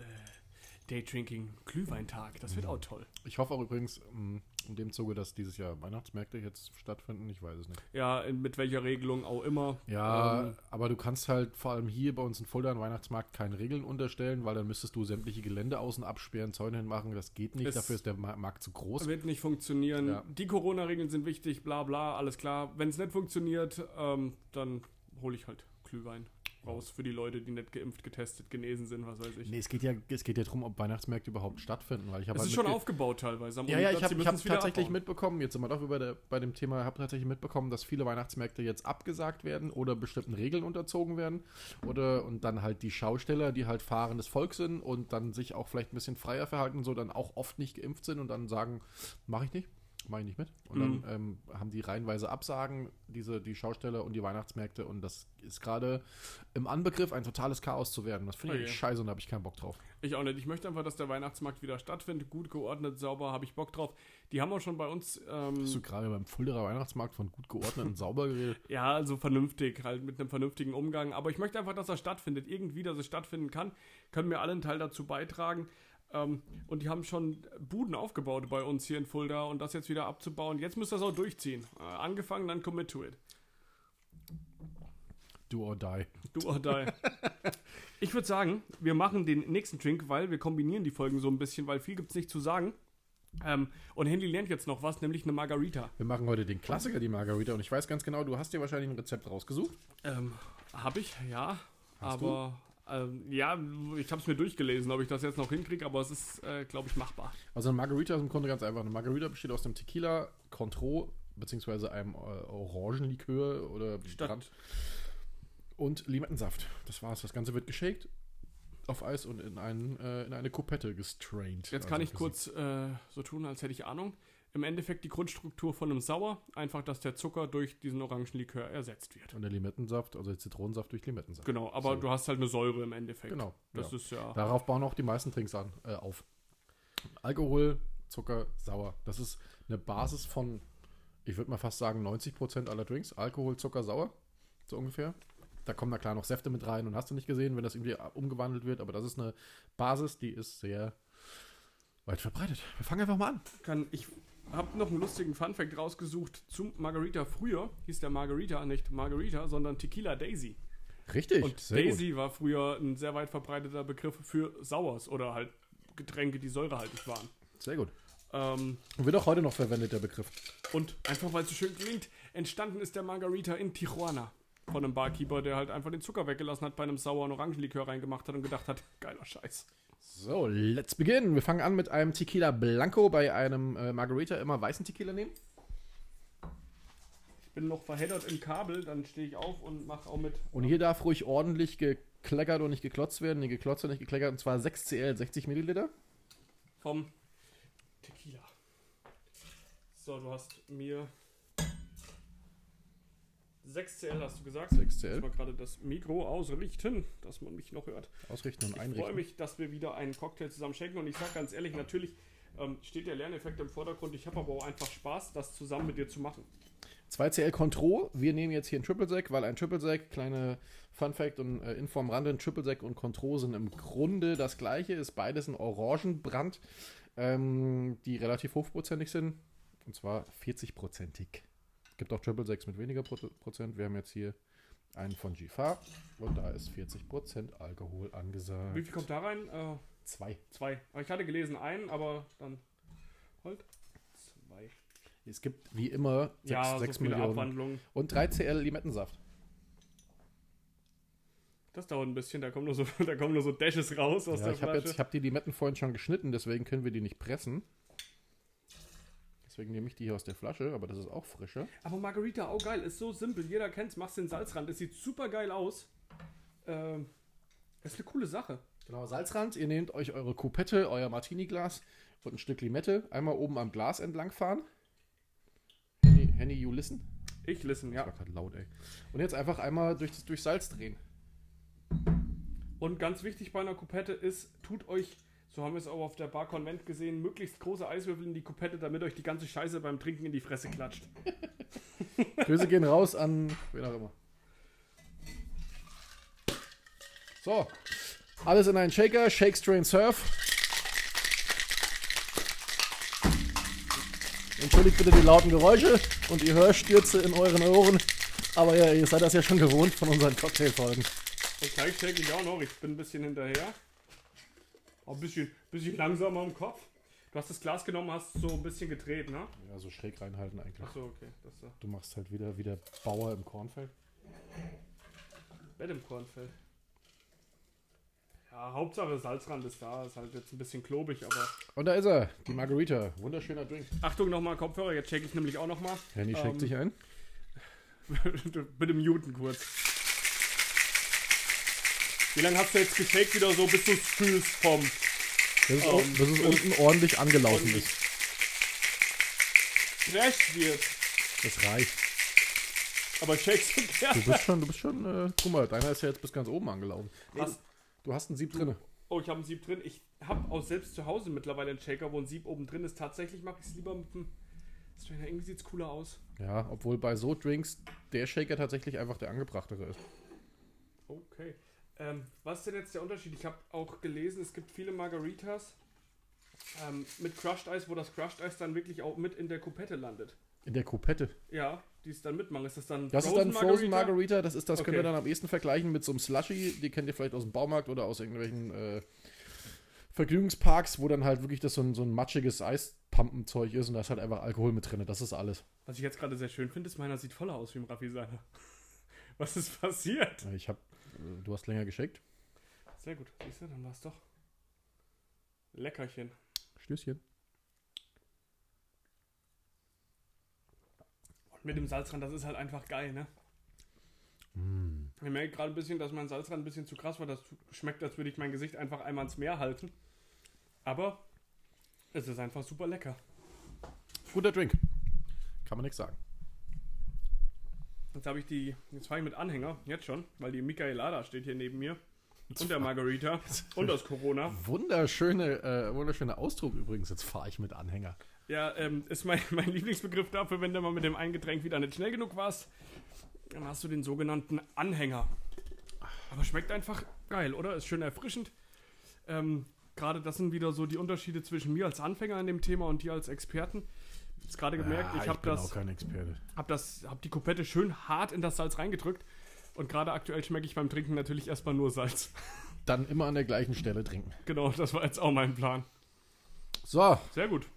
Speaker 2: Daydrinking Glühweintag. Das
Speaker 3: Mhm.
Speaker 2: wird auch toll.
Speaker 3: Ich hoffe auch übrigens ähm, in dem Zuge, dass dieses Jahr Weihnachtsmärkte jetzt stattfinden. Ich weiß es nicht.
Speaker 2: Ja, in- mit welcher Regelung auch immer.
Speaker 3: Ja,
Speaker 2: Ähm,
Speaker 3: aber du kannst halt vor allem hier bei uns in Fulda am Weihnachtsmarkt keine Regeln unterstellen, weil dann müsstest du sämtliche Gelände außen absperren, Zäune hinmachen. Das geht nicht,
Speaker 2: Ist-
Speaker 3: dafür ist der Ma- Markt zu groß.
Speaker 2: wird nicht funktionieren.
Speaker 3: Ja.
Speaker 2: Die Corona-Regeln sind wichtig, bla bla, alles klar. Wenn es nicht funktioniert, ähm, dann hole ich halt Glühwein raus für die Leute, die nicht geimpft, getestet, genesen sind, was weiß ich.
Speaker 3: Nee, es geht ja, es geht ja darum, ob Weihnachtsmärkte überhaupt stattfinden, weil ich habe
Speaker 2: Es
Speaker 3: halt
Speaker 2: ist schon
Speaker 3: mitge-
Speaker 2: aufgebaut teilweise. Am
Speaker 3: Ja, ja, ich
Speaker 2: Uniplatz,
Speaker 3: habe
Speaker 2: die
Speaker 3: ich
Speaker 2: müssen
Speaker 3: hab
Speaker 2: es wieder
Speaker 3: tatsächlich
Speaker 2: abbauen.
Speaker 3: mitbekommen, jetzt sind wir doch über der, bei dem Thema, habe tatsächlich mitbekommen, dass viele Weihnachtsmärkte jetzt abgesagt werden oder bestimmten Regeln unterzogen werden. Oder und dann halt die Schausteller, die halt fahrendes Volk sind und dann sich auch vielleicht ein bisschen freier verhalten, und so dann auch oft nicht geimpft sind und dann sagen, mache ich nicht. mache ich nicht mit. Und
Speaker 2: Mhm.
Speaker 3: dann ähm, haben die reihenweise Absagen, diese, die Schausteller und die Weihnachtsmärkte. Und das ist gerade im Anbegriff, ein totales Chaos zu werden. Das finde ich
Speaker 2: Okay.
Speaker 3: scheiße und da habe ich keinen Bock drauf.
Speaker 2: Ich auch nicht. Ich möchte einfach, dass der Weihnachtsmarkt wieder stattfindet. Gut geordnet, sauber, habe ich Bock drauf. Die haben auch schon bei uns,
Speaker 3: Hast du
Speaker 2: ähm,
Speaker 3: gerade beim Fulderer Weihnachtsmarkt von gut geordnet und sauber geredet?
Speaker 2: ja, also vernünftig, halt mit einem vernünftigen Umgang. Aber ich möchte einfach, dass er stattfindet. Irgendwie, dass es stattfinden kann. Können wir alle einen Teil dazu beitragen. Ähm, und die haben schon Buden aufgebaut bei uns hier in Fulda und das jetzt wieder abzubauen. Jetzt müsst ihr das auch durchziehen. Äh, angefangen, dann commit to it.
Speaker 3: Do or die.
Speaker 2: Du or die. Ich würde sagen, wir machen den nächsten Drink, weil wir kombinieren die Folgen so ein bisschen, weil viel gibt es nicht zu sagen. Ähm, und Henry lernt jetzt noch was, nämlich eine Margarita.
Speaker 3: Wir machen heute den Klassiker, die Margarita. Und ich weiß ganz genau, du hast dir wahrscheinlich ein Rezept rausgesucht.
Speaker 2: Ähm, hab ich, ja. aber ähm, ja, ich habe es mir durchgelesen, ob ich das jetzt noch hinkriege, aber es ist, äh, glaube ich, machbar.
Speaker 3: Also eine Margarita ist im Grunde ganz einfach. Eine Margarita besteht aus einem Tequila, Contro, beziehungsweise einem äh, Orangenlikör oder Brand- und Limettensaft. Das war's. Das Ganze wird geshaked, auf Eis und in, einen, äh, in eine Kopette gestrained.
Speaker 2: Jetzt kann
Speaker 3: Also
Speaker 2: ich kurz äh, so tun, als hätte ich Ahnung. Im Endeffekt die Grundstruktur von einem Sauer, einfach, dass der Zucker durch diesen Orangenlikör ersetzt wird.
Speaker 3: Und der Limettensaft, also der Zitronensaft durch Limettensaft.
Speaker 2: Genau, aber
Speaker 3: So.
Speaker 2: du hast halt eine Säure im Endeffekt.
Speaker 3: Genau,
Speaker 2: Das
Speaker 3: ja.
Speaker 2: ist ja.
Speaker 3: Darauf bauen auch die meisten Trinks an, äh, auf. Alkohol, Zucker, Sauer. Das ist eine Basis von, ich würde mal fast sagen, 90% aller Drinks. Alkohol, Zucker, Sauer. So ungefähr. Da kommen da klar noch Säfte mit rein und hast du nicht gesehen, wenn das irgendwie äh, umgewandelt wird. Aber das ist eine Basis, die ist sehr weit verbreitet. Wir fangen einfach mal an.
Speaker 2: kann, ich habe noch einen lustigen Funfact rausgesucht zum Margarita. Früher hieß der Margarita nicht Margarita, sondern Tequila Daisy.
Speaker 3: Richtig.
Speaker 2: Und Daisy war früher ein sehr weit verbreiteter Begriff für Sauers oder halt Getränke, die säurehaltig waren.
Speaker 3: gut. Sehr gut.
Speaker 2: Ähm,
Speaker 3: Und wird auch heute noch verwendet, der Begriff.
Speaker 2: und einfach weil es so schön klingt, entstanden ist der Margarita in Tijuana. Von einem Barkeeper, der halt einfach den Zucker weggelassen hat, bei einem sauren Orangenlikör reingemacht hat und gedacht hat, geiler Scheiß.
Speaker 3: So, let's begin. Wir fangen an mit einem Tequila Blanco. Bei einem äh, Margarita immer weißen Tequila nehmen.
Speaker 2: Ich bin noch verheddert im Kabel, dann stehe ich auf und mache auch mit.
Speaker 3: Und hier darf ruhig ordentlich gekleckert und nicht geklotzt werden. Nee, geklotzt und nicht gekleckert. Und zwar 6cl, 60 Milliliter.
Speaker 2: vom Tequila. So, du hast mir 6CL hast du gesagt.
Speaker 3: 6cl.
Speaker 2: Ich mal gerade das Mikro ausrichten, dass man mich noch hört.
Speaker 3: Ausrichten und
Speaker 2: Ich freue
Speaker 3: einrichten.
Speaker 2: mich, dass wir wieder einen Cocktail zusammen schenken und ich sage ganz ehrlich, natürlich ähm, steht der Lerneffekt im Vordergrund. Ich habe aber auch einfach Spaß, das zusammen mit dir zu machen.
Speaker 3: 2cl Contro. Wir nehmen jetzt hier einen Triple Sec, weil ein Triple Sec, kleine Fun Fact und äh, Info am Rande, ein Triple Sec und Contro sind im Grunde das gleiche. Ist beides ein Orangenbrand, ähm, die relativ hochprozentig sind. Und zwar 40-prozentig. Es gibt auch Triple Secs mit weniger Pro Prozent. Wir haben jetzt hier einen von Gifar und da ist 40% Alkohol angesagt.
Speaker 2: Wie viel kommt da rein? Äh,
Speaker 3: Zwei.
Speaker 2: zwei. Aber Ich hatte gelesen einen, aber dann halt zwei.
Speaker 3: Es gibt wie immer 6,
Speaker 2: ja, so viele
Speaker 3: Millionen.
Speaker 2: Abwandlungen.
Speaker 3: Und 3cl Limettensaft.
Speaker 2: Das dauert ein bisschen, da kommen nur so, da kommen nur so Dashes raus aus
Speaker 3: Ja,
Speaker 2: der
Speaker 3: ich habe
Speaker 2: Flasche.
Speaker 3: hab die Limetten vorhin schon geschnitten, deswegen können wir die nicht pressen. Deswegen nehme ich die hier aus der Flasche, aber das ist auch frische.
Speaker 2: Aber Margarita, auch geil, ist so simpel. Jeder kennt's, machst den Salzrand. Es sieht super geil aus. Ähm, ist eine coole Sache.
Speaker 3: Genau, Salzrand. Ihr nehmt euch eure Kupette, euer Martini-Glas und ein Stück Limette. Einmal oben am Glas entlangfahren. Henny, Henny, you listen?
Speaker 2: Ich listen,
Speaker 3: War
Speaker 2: ja.
Speaker 3: grad laut, ey. Und jetzt einfach einmal durch, das- durch Salz drehen.
Speaker 2: Und ganz wichtig bei einer Kupette ist, tut euch, so haben wir es auch auf der Bar Convent gesehen, möglichst große Eiswürfel in die Kupette, damit euch die ganze Scheiße beim Trinken in die Fresse klatscht.
Speaker 3: Grüße gehen raus an wen auch immer. So, alles in einen Shaker, Shake, Strain, Surf. Entschuldigt bitte die lauten Geräusche und die Hörstürze in euren Ohren. Aber ja, ihr seid das ja schon gewohnt von unseren Cocktailfolgen.
Speaker 2: Und gleich shake ich auch noch. Ich bin ein bisschen hinterher. Auch ein bisschen, bisschen langsamer im Kopf. Du hast das Glas genommen, hast so ein bisschen gedreht, ne?
Speaker 3: Ja, so schräg reinhalten eigentlich.
Speaker 2: Achso, okay. Das ist
Speaker 3: Du machst halt wieder wieder Bauer im Kornfeld.
Speaker 2: Bett im Kornfeld. Ja, Hauptsache Salzrand ist da. Ist halt jetzt ein bisschen klobig, aber.
Speaker 3: Und da ist er, die Margarita. Wunderschöner Drink.
Speaker 2: Achtung nochmal, Kopfhörer, jetzt check ich nämlich auch nochmal.
Speaker 3: Henny schickt
Speaker 2: Ähm,
Speaker 3: sich ein.
Speaker 2: Bitte muten kurz. Wie lange hast du jetzt geshaked wieder so, bis du es fühlst vom.
Speaker 3: Bis es,
Speaker 2: ähm,
Speaker 3: bis es unten ordentlich angelaufen
Speaker 2: ordentlich.
Speaker 3: ist.
Speaker 5: Crash wird.
Speaker 6: Das reicht.
Speaker 5: Aber Shakes und Kerl.
Speaker 3: Du bist schon, du bist schon, äh, guck mal, deiner ist ja jetzt bis ganz oben angelaufen.
Speaker 2: Was?
Speaker 3: Du hast einen Sieb drin.
Speaker 2: Oh, ich habe ein Sieb drin. Ich habe auch selbst zu Hause mittlerweile einen Shaker, wo ein Sieb oben drin ist. Tatsächlich mache ich es lieber mit einem Strainer. Irgendwie sieht es cooler aus.
Speaker 3: Ja, obwohl bei so Drinks der Shaker tatsächlich einfach der angebrachtere ist.
Speaker 2: Okay. Ähm, was ist denn jetzt der Unterschied? Ich habe auch gelesen, es gibt viele Margaritas ähm, mit Crushed Eis, wo das Crushed Eis dann wirklich auch mit in der Kupette landet.
Speaker 3: In der Kupette.
Speaker 2: Ja, die ist dann mitmachen. Ist das dann
Speaker 3: Das ist dann Frozen Margarita, das ist das können wir
Speaker 2: Okay.
Speaker 3: dann am ehesten vergleichen mit so einem Slushy, die kennt ihr vielleicht aus dem Baumarkt oder aus irgendwelchen äh, Vergnügungsparks, wo dann halt wirklich das so ein, so ein matschiges Eispumpenzeug ist und da ist halt einfach Alkohol mit drin, das ist alles.
Speaker 2: Was ich jetzt gerade sehr schön finde, ist, meiner sieht voller aus wie im Raffi seiner. Was ist passiert?
Speaker 3: Ich hab, äh, du hast länger geschickt.
Speaker 2: Sehr gut. Siehst du, dann war es doch. Leckerchen.
Speaker 3: Stößchen.
Speaker 2: Und mit dem Salzrand, das ist halt einfach geil, ne? Ich merke gerade ein bisschen, dass mein Salzrand ein bisschen zu krass war. Das schmeckt, als würde ich mein Gesicht einfach einmal ins Meer halten. Aber es ist einfach super lecker.
Speaker 3: Guter Drink. Kann man nichts sagen.
Speaker 2: Jetzt habe ich die. Jetzt fahre ich mit Anhänger, jetzt schon, weil die Michaelada steht hier neben mir. Und der Margarita. Und das Corona.
Speaker 3: Wunderschöne, äh, wunderschöner Ausdruck übrigens, jetzt fahre ich mit Anhänger.
Speaker 2: Ja, ähm, ist mein, mein Lieblingsbegriff dafür, wenn du mal mit dem einen Getränk wieder nicht schnell genug warst. Dann hast du den sogenannten Anhänger. Aber schmeckt einfach geil, oder? Ist schön erfrischend. Ähm, Gerade das sind wieder so die Unterschiede zwischen mir als Anfänger in dem Thema und dir als Experten. Jetzt gerade
Speaker 3: Ah,
Speaker 2: gemerkt, Ah, ich habe das,
Speaker 3: kein Experte.
Speaker 2: hab das, hab die Kupette schön hart in das Salz reingedrückt. Und gerade aktuell schmecke ich beim Trinken natürlich erstmal nur Salz.
Speaker 3: Dann immer an der gleichen Stelle trinken.
Speaker 2: Genau, das war jetzt auch mein Plan.
Speaker 3: So,
Speaker 2: Sehr gut.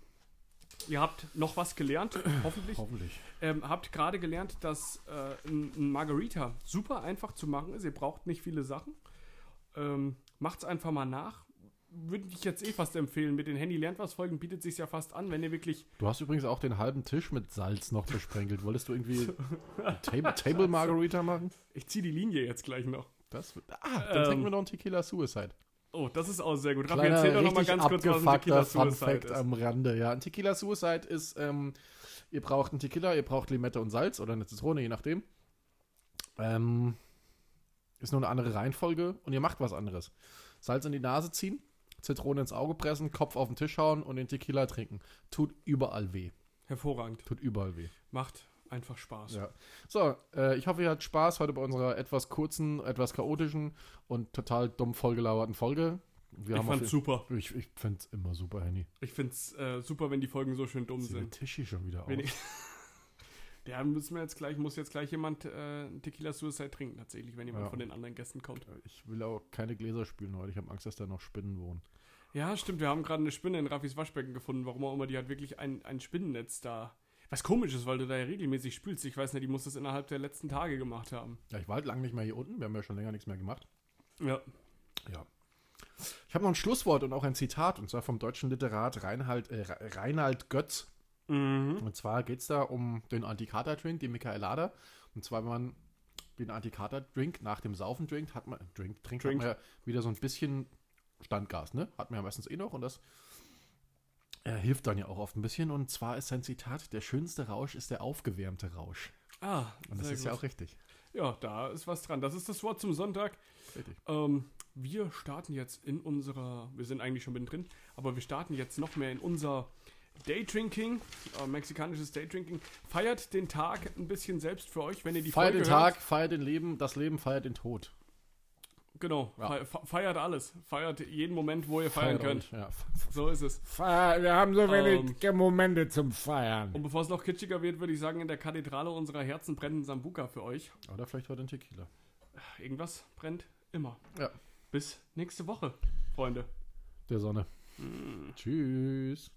Speaker 2: Ihr habt noch was gelernt, hoffentlich.
Speaker 3: hoffentlich.
Speaker 2: Ähm, habt gerade gelernt, dass äh, ein, ein Margarita super einfach zu machen ist. Ihr braucht nicht viele Sachen. Ähm, macht's einfach mal nach. Würde ich jetzt eh fast empfehlen. Mit den Handy lernt was Folgen bietet sich ja fast an, wenn ihr wirklich
Speaker 3: Du hast übrigens auch den halben Tisch mit Salz noch besprenkelt. Wolltest du irgendwie eine Table, Table Margarita machen?
Speaker 2: ich ziehe die Linie jetzt gleich noch.
Speaker 3: Das wird, ah, dann trinken wir noch einen Tequila Suicide.
Speaker 2: Oh, das ist auch sehr gut. Raffi,
Speaker 3: Kleiner,
Speaker 2: erzähl doch noch mal
Speaker 3: richtig
Speaker 2: ganz kurz, was ein Tequila
Speaker 3: abgefuckter Fun
Speaker 2: Suicide
Speaker 3: Fact
Speaker 2: ist.
Speaker 3: am Rande. Ja, ein Tequila Suicide ist, ähm, ihr braucht einen Tequila, ihr braucht Limette und Salz oder eine Zitrone, je nachdem. Ähm, ist nur eine andere Reihenfolge und ihr macht was anderes. Salz in die Nase ziehen, Zitrone ins Auge pressen, Kopf auf den Tisch hauen und den Tequila trinken. Tut überall weh.
Speaker 2: Hervorragend.
Speaker 3: Tut überall weh.
Speaker 2: Macht einfach Spaß.
Speaker 3: Ja. So, äh, ich hoffe, ihr hattet Spaß heute bei unserer etwas kurzen, etwas chaotischen und total dumm vollgelauerten Folge. Wir
Speaker 2: Ich
Speaker 3: haben auf
Speaker 2: fand's
Speaker 3: jeden-
Speaker 2: super.
Speaker 3: Ich, ich find's immer super, Henny.
Speaker 2: Ich find's äh, super, wenn die Folgen so schön dumm
Speaker 3: Sieht der
Speaker 2: sind.
Speaker 3: Tisch hier schon wieder aus.
Speaker 2: Wenig. Ja, müssen wir jetzt gleich, muss jetzt gleich jemand äh, einen Tequila Suicide trinken, tatsächlich, wenn jemand
Speaker 3: Ja.
Speaker 2: von den anderen Gästen kommt.
Speaker 3: Ich will auch keine Gläser spülen heute. Ich habe Angst, dass da noch Spinnen wohnen.
Speaker 2: Ja, stimmt, wir haben gerade eine Spinne in Raffis Waschbecken gefunden, warum auch immer, die hat wirklich ein, ein Spinnennetz da. Was komisch ist, weil du da ja regelmäßig spülst. Ich weiß nicht, die muss das innerhalb der letzten Tage gemacht haben.
Speaker 3: Ja, ich war halt lange nicht mehr hier unten. Wir haben ja schon länger nichts mehr gemacht.
Speaker 2: Ja.
Speaker 3: Ja. Ich habe noch ein Schlusswort und auch ein Zitat, und zwar vom deutschen Literat Reinhard, äh, Re- Reinhard Götz. Und zwar geht es da um den Antikater-Drink, die Michaelada. Und zwar, wenn man den Antikater-Drink nach dem Saufen trinkt, hat man, Drink, trinkt,
Speaker 2: Drink.
Speaker 3: Hat man ja wieder so ein bisschen Standgas, ne? Hat man ja meistens eh noch und das äh, hilft dann ja auch oft ein bisschen. Und zwar ist sein Zitat, der schönste Rausch ist der aufgewärmte Rausch.
Speaker 2: Ah,
Speaker 3: Und das
Speaker 2: sehr
Speaker 3: ist
Speaker 2: gut.
Speaker 3: ja auch richtig.
Speaker 2: Ja, da ist was dran. Das ist das Wort zum Sonntag.
Speaker 3: Richtig.
Speaker 2: Ähm, wir starten jetzt in unserer, wir sind eigentlich schon mittendrin, aber wir starten jetzt noch mehr in unser Daydrinking, äh, mexikanisches Daydrinking. Feiert den Tag ein bisschen selbst für euch, wenn ihr die
Speaker 3: Feiert den
Speaker 2: Folge
Speaker 3: Tag,
Speaker 2: Hört.
Speaker 3: feiert den Leben, das Leben feiert den Tod.
Speaker 2: Genau,
Speaker 3: Ja.
Speaker 2: fe- fe- feiert alles. Feiert jeden Moment, wo ihr feiern könnt.
Speaker 3: euch. Ja,
Speaker 2: So ist es.
Speaker 6: Feier, wir haben so
Speaker 2: Ähm.
Speaker 6: wenig Momente zum Feiern.
Speaker 2: Und bevor es noch kitschiger wird, würde ich sagen, in der Kathedrale unserer Herzen brennt ein Sambuka für euch.
Speaker 3: Oder vielleicht heute ein Tequila.
Speaker 2: Irgendwas brennt immer.
Speaker 3: Ja.
Speaker 2: Bis nächste Woche, Freunde. Hm.
Speaker 3: Der Sonne. Tschüss.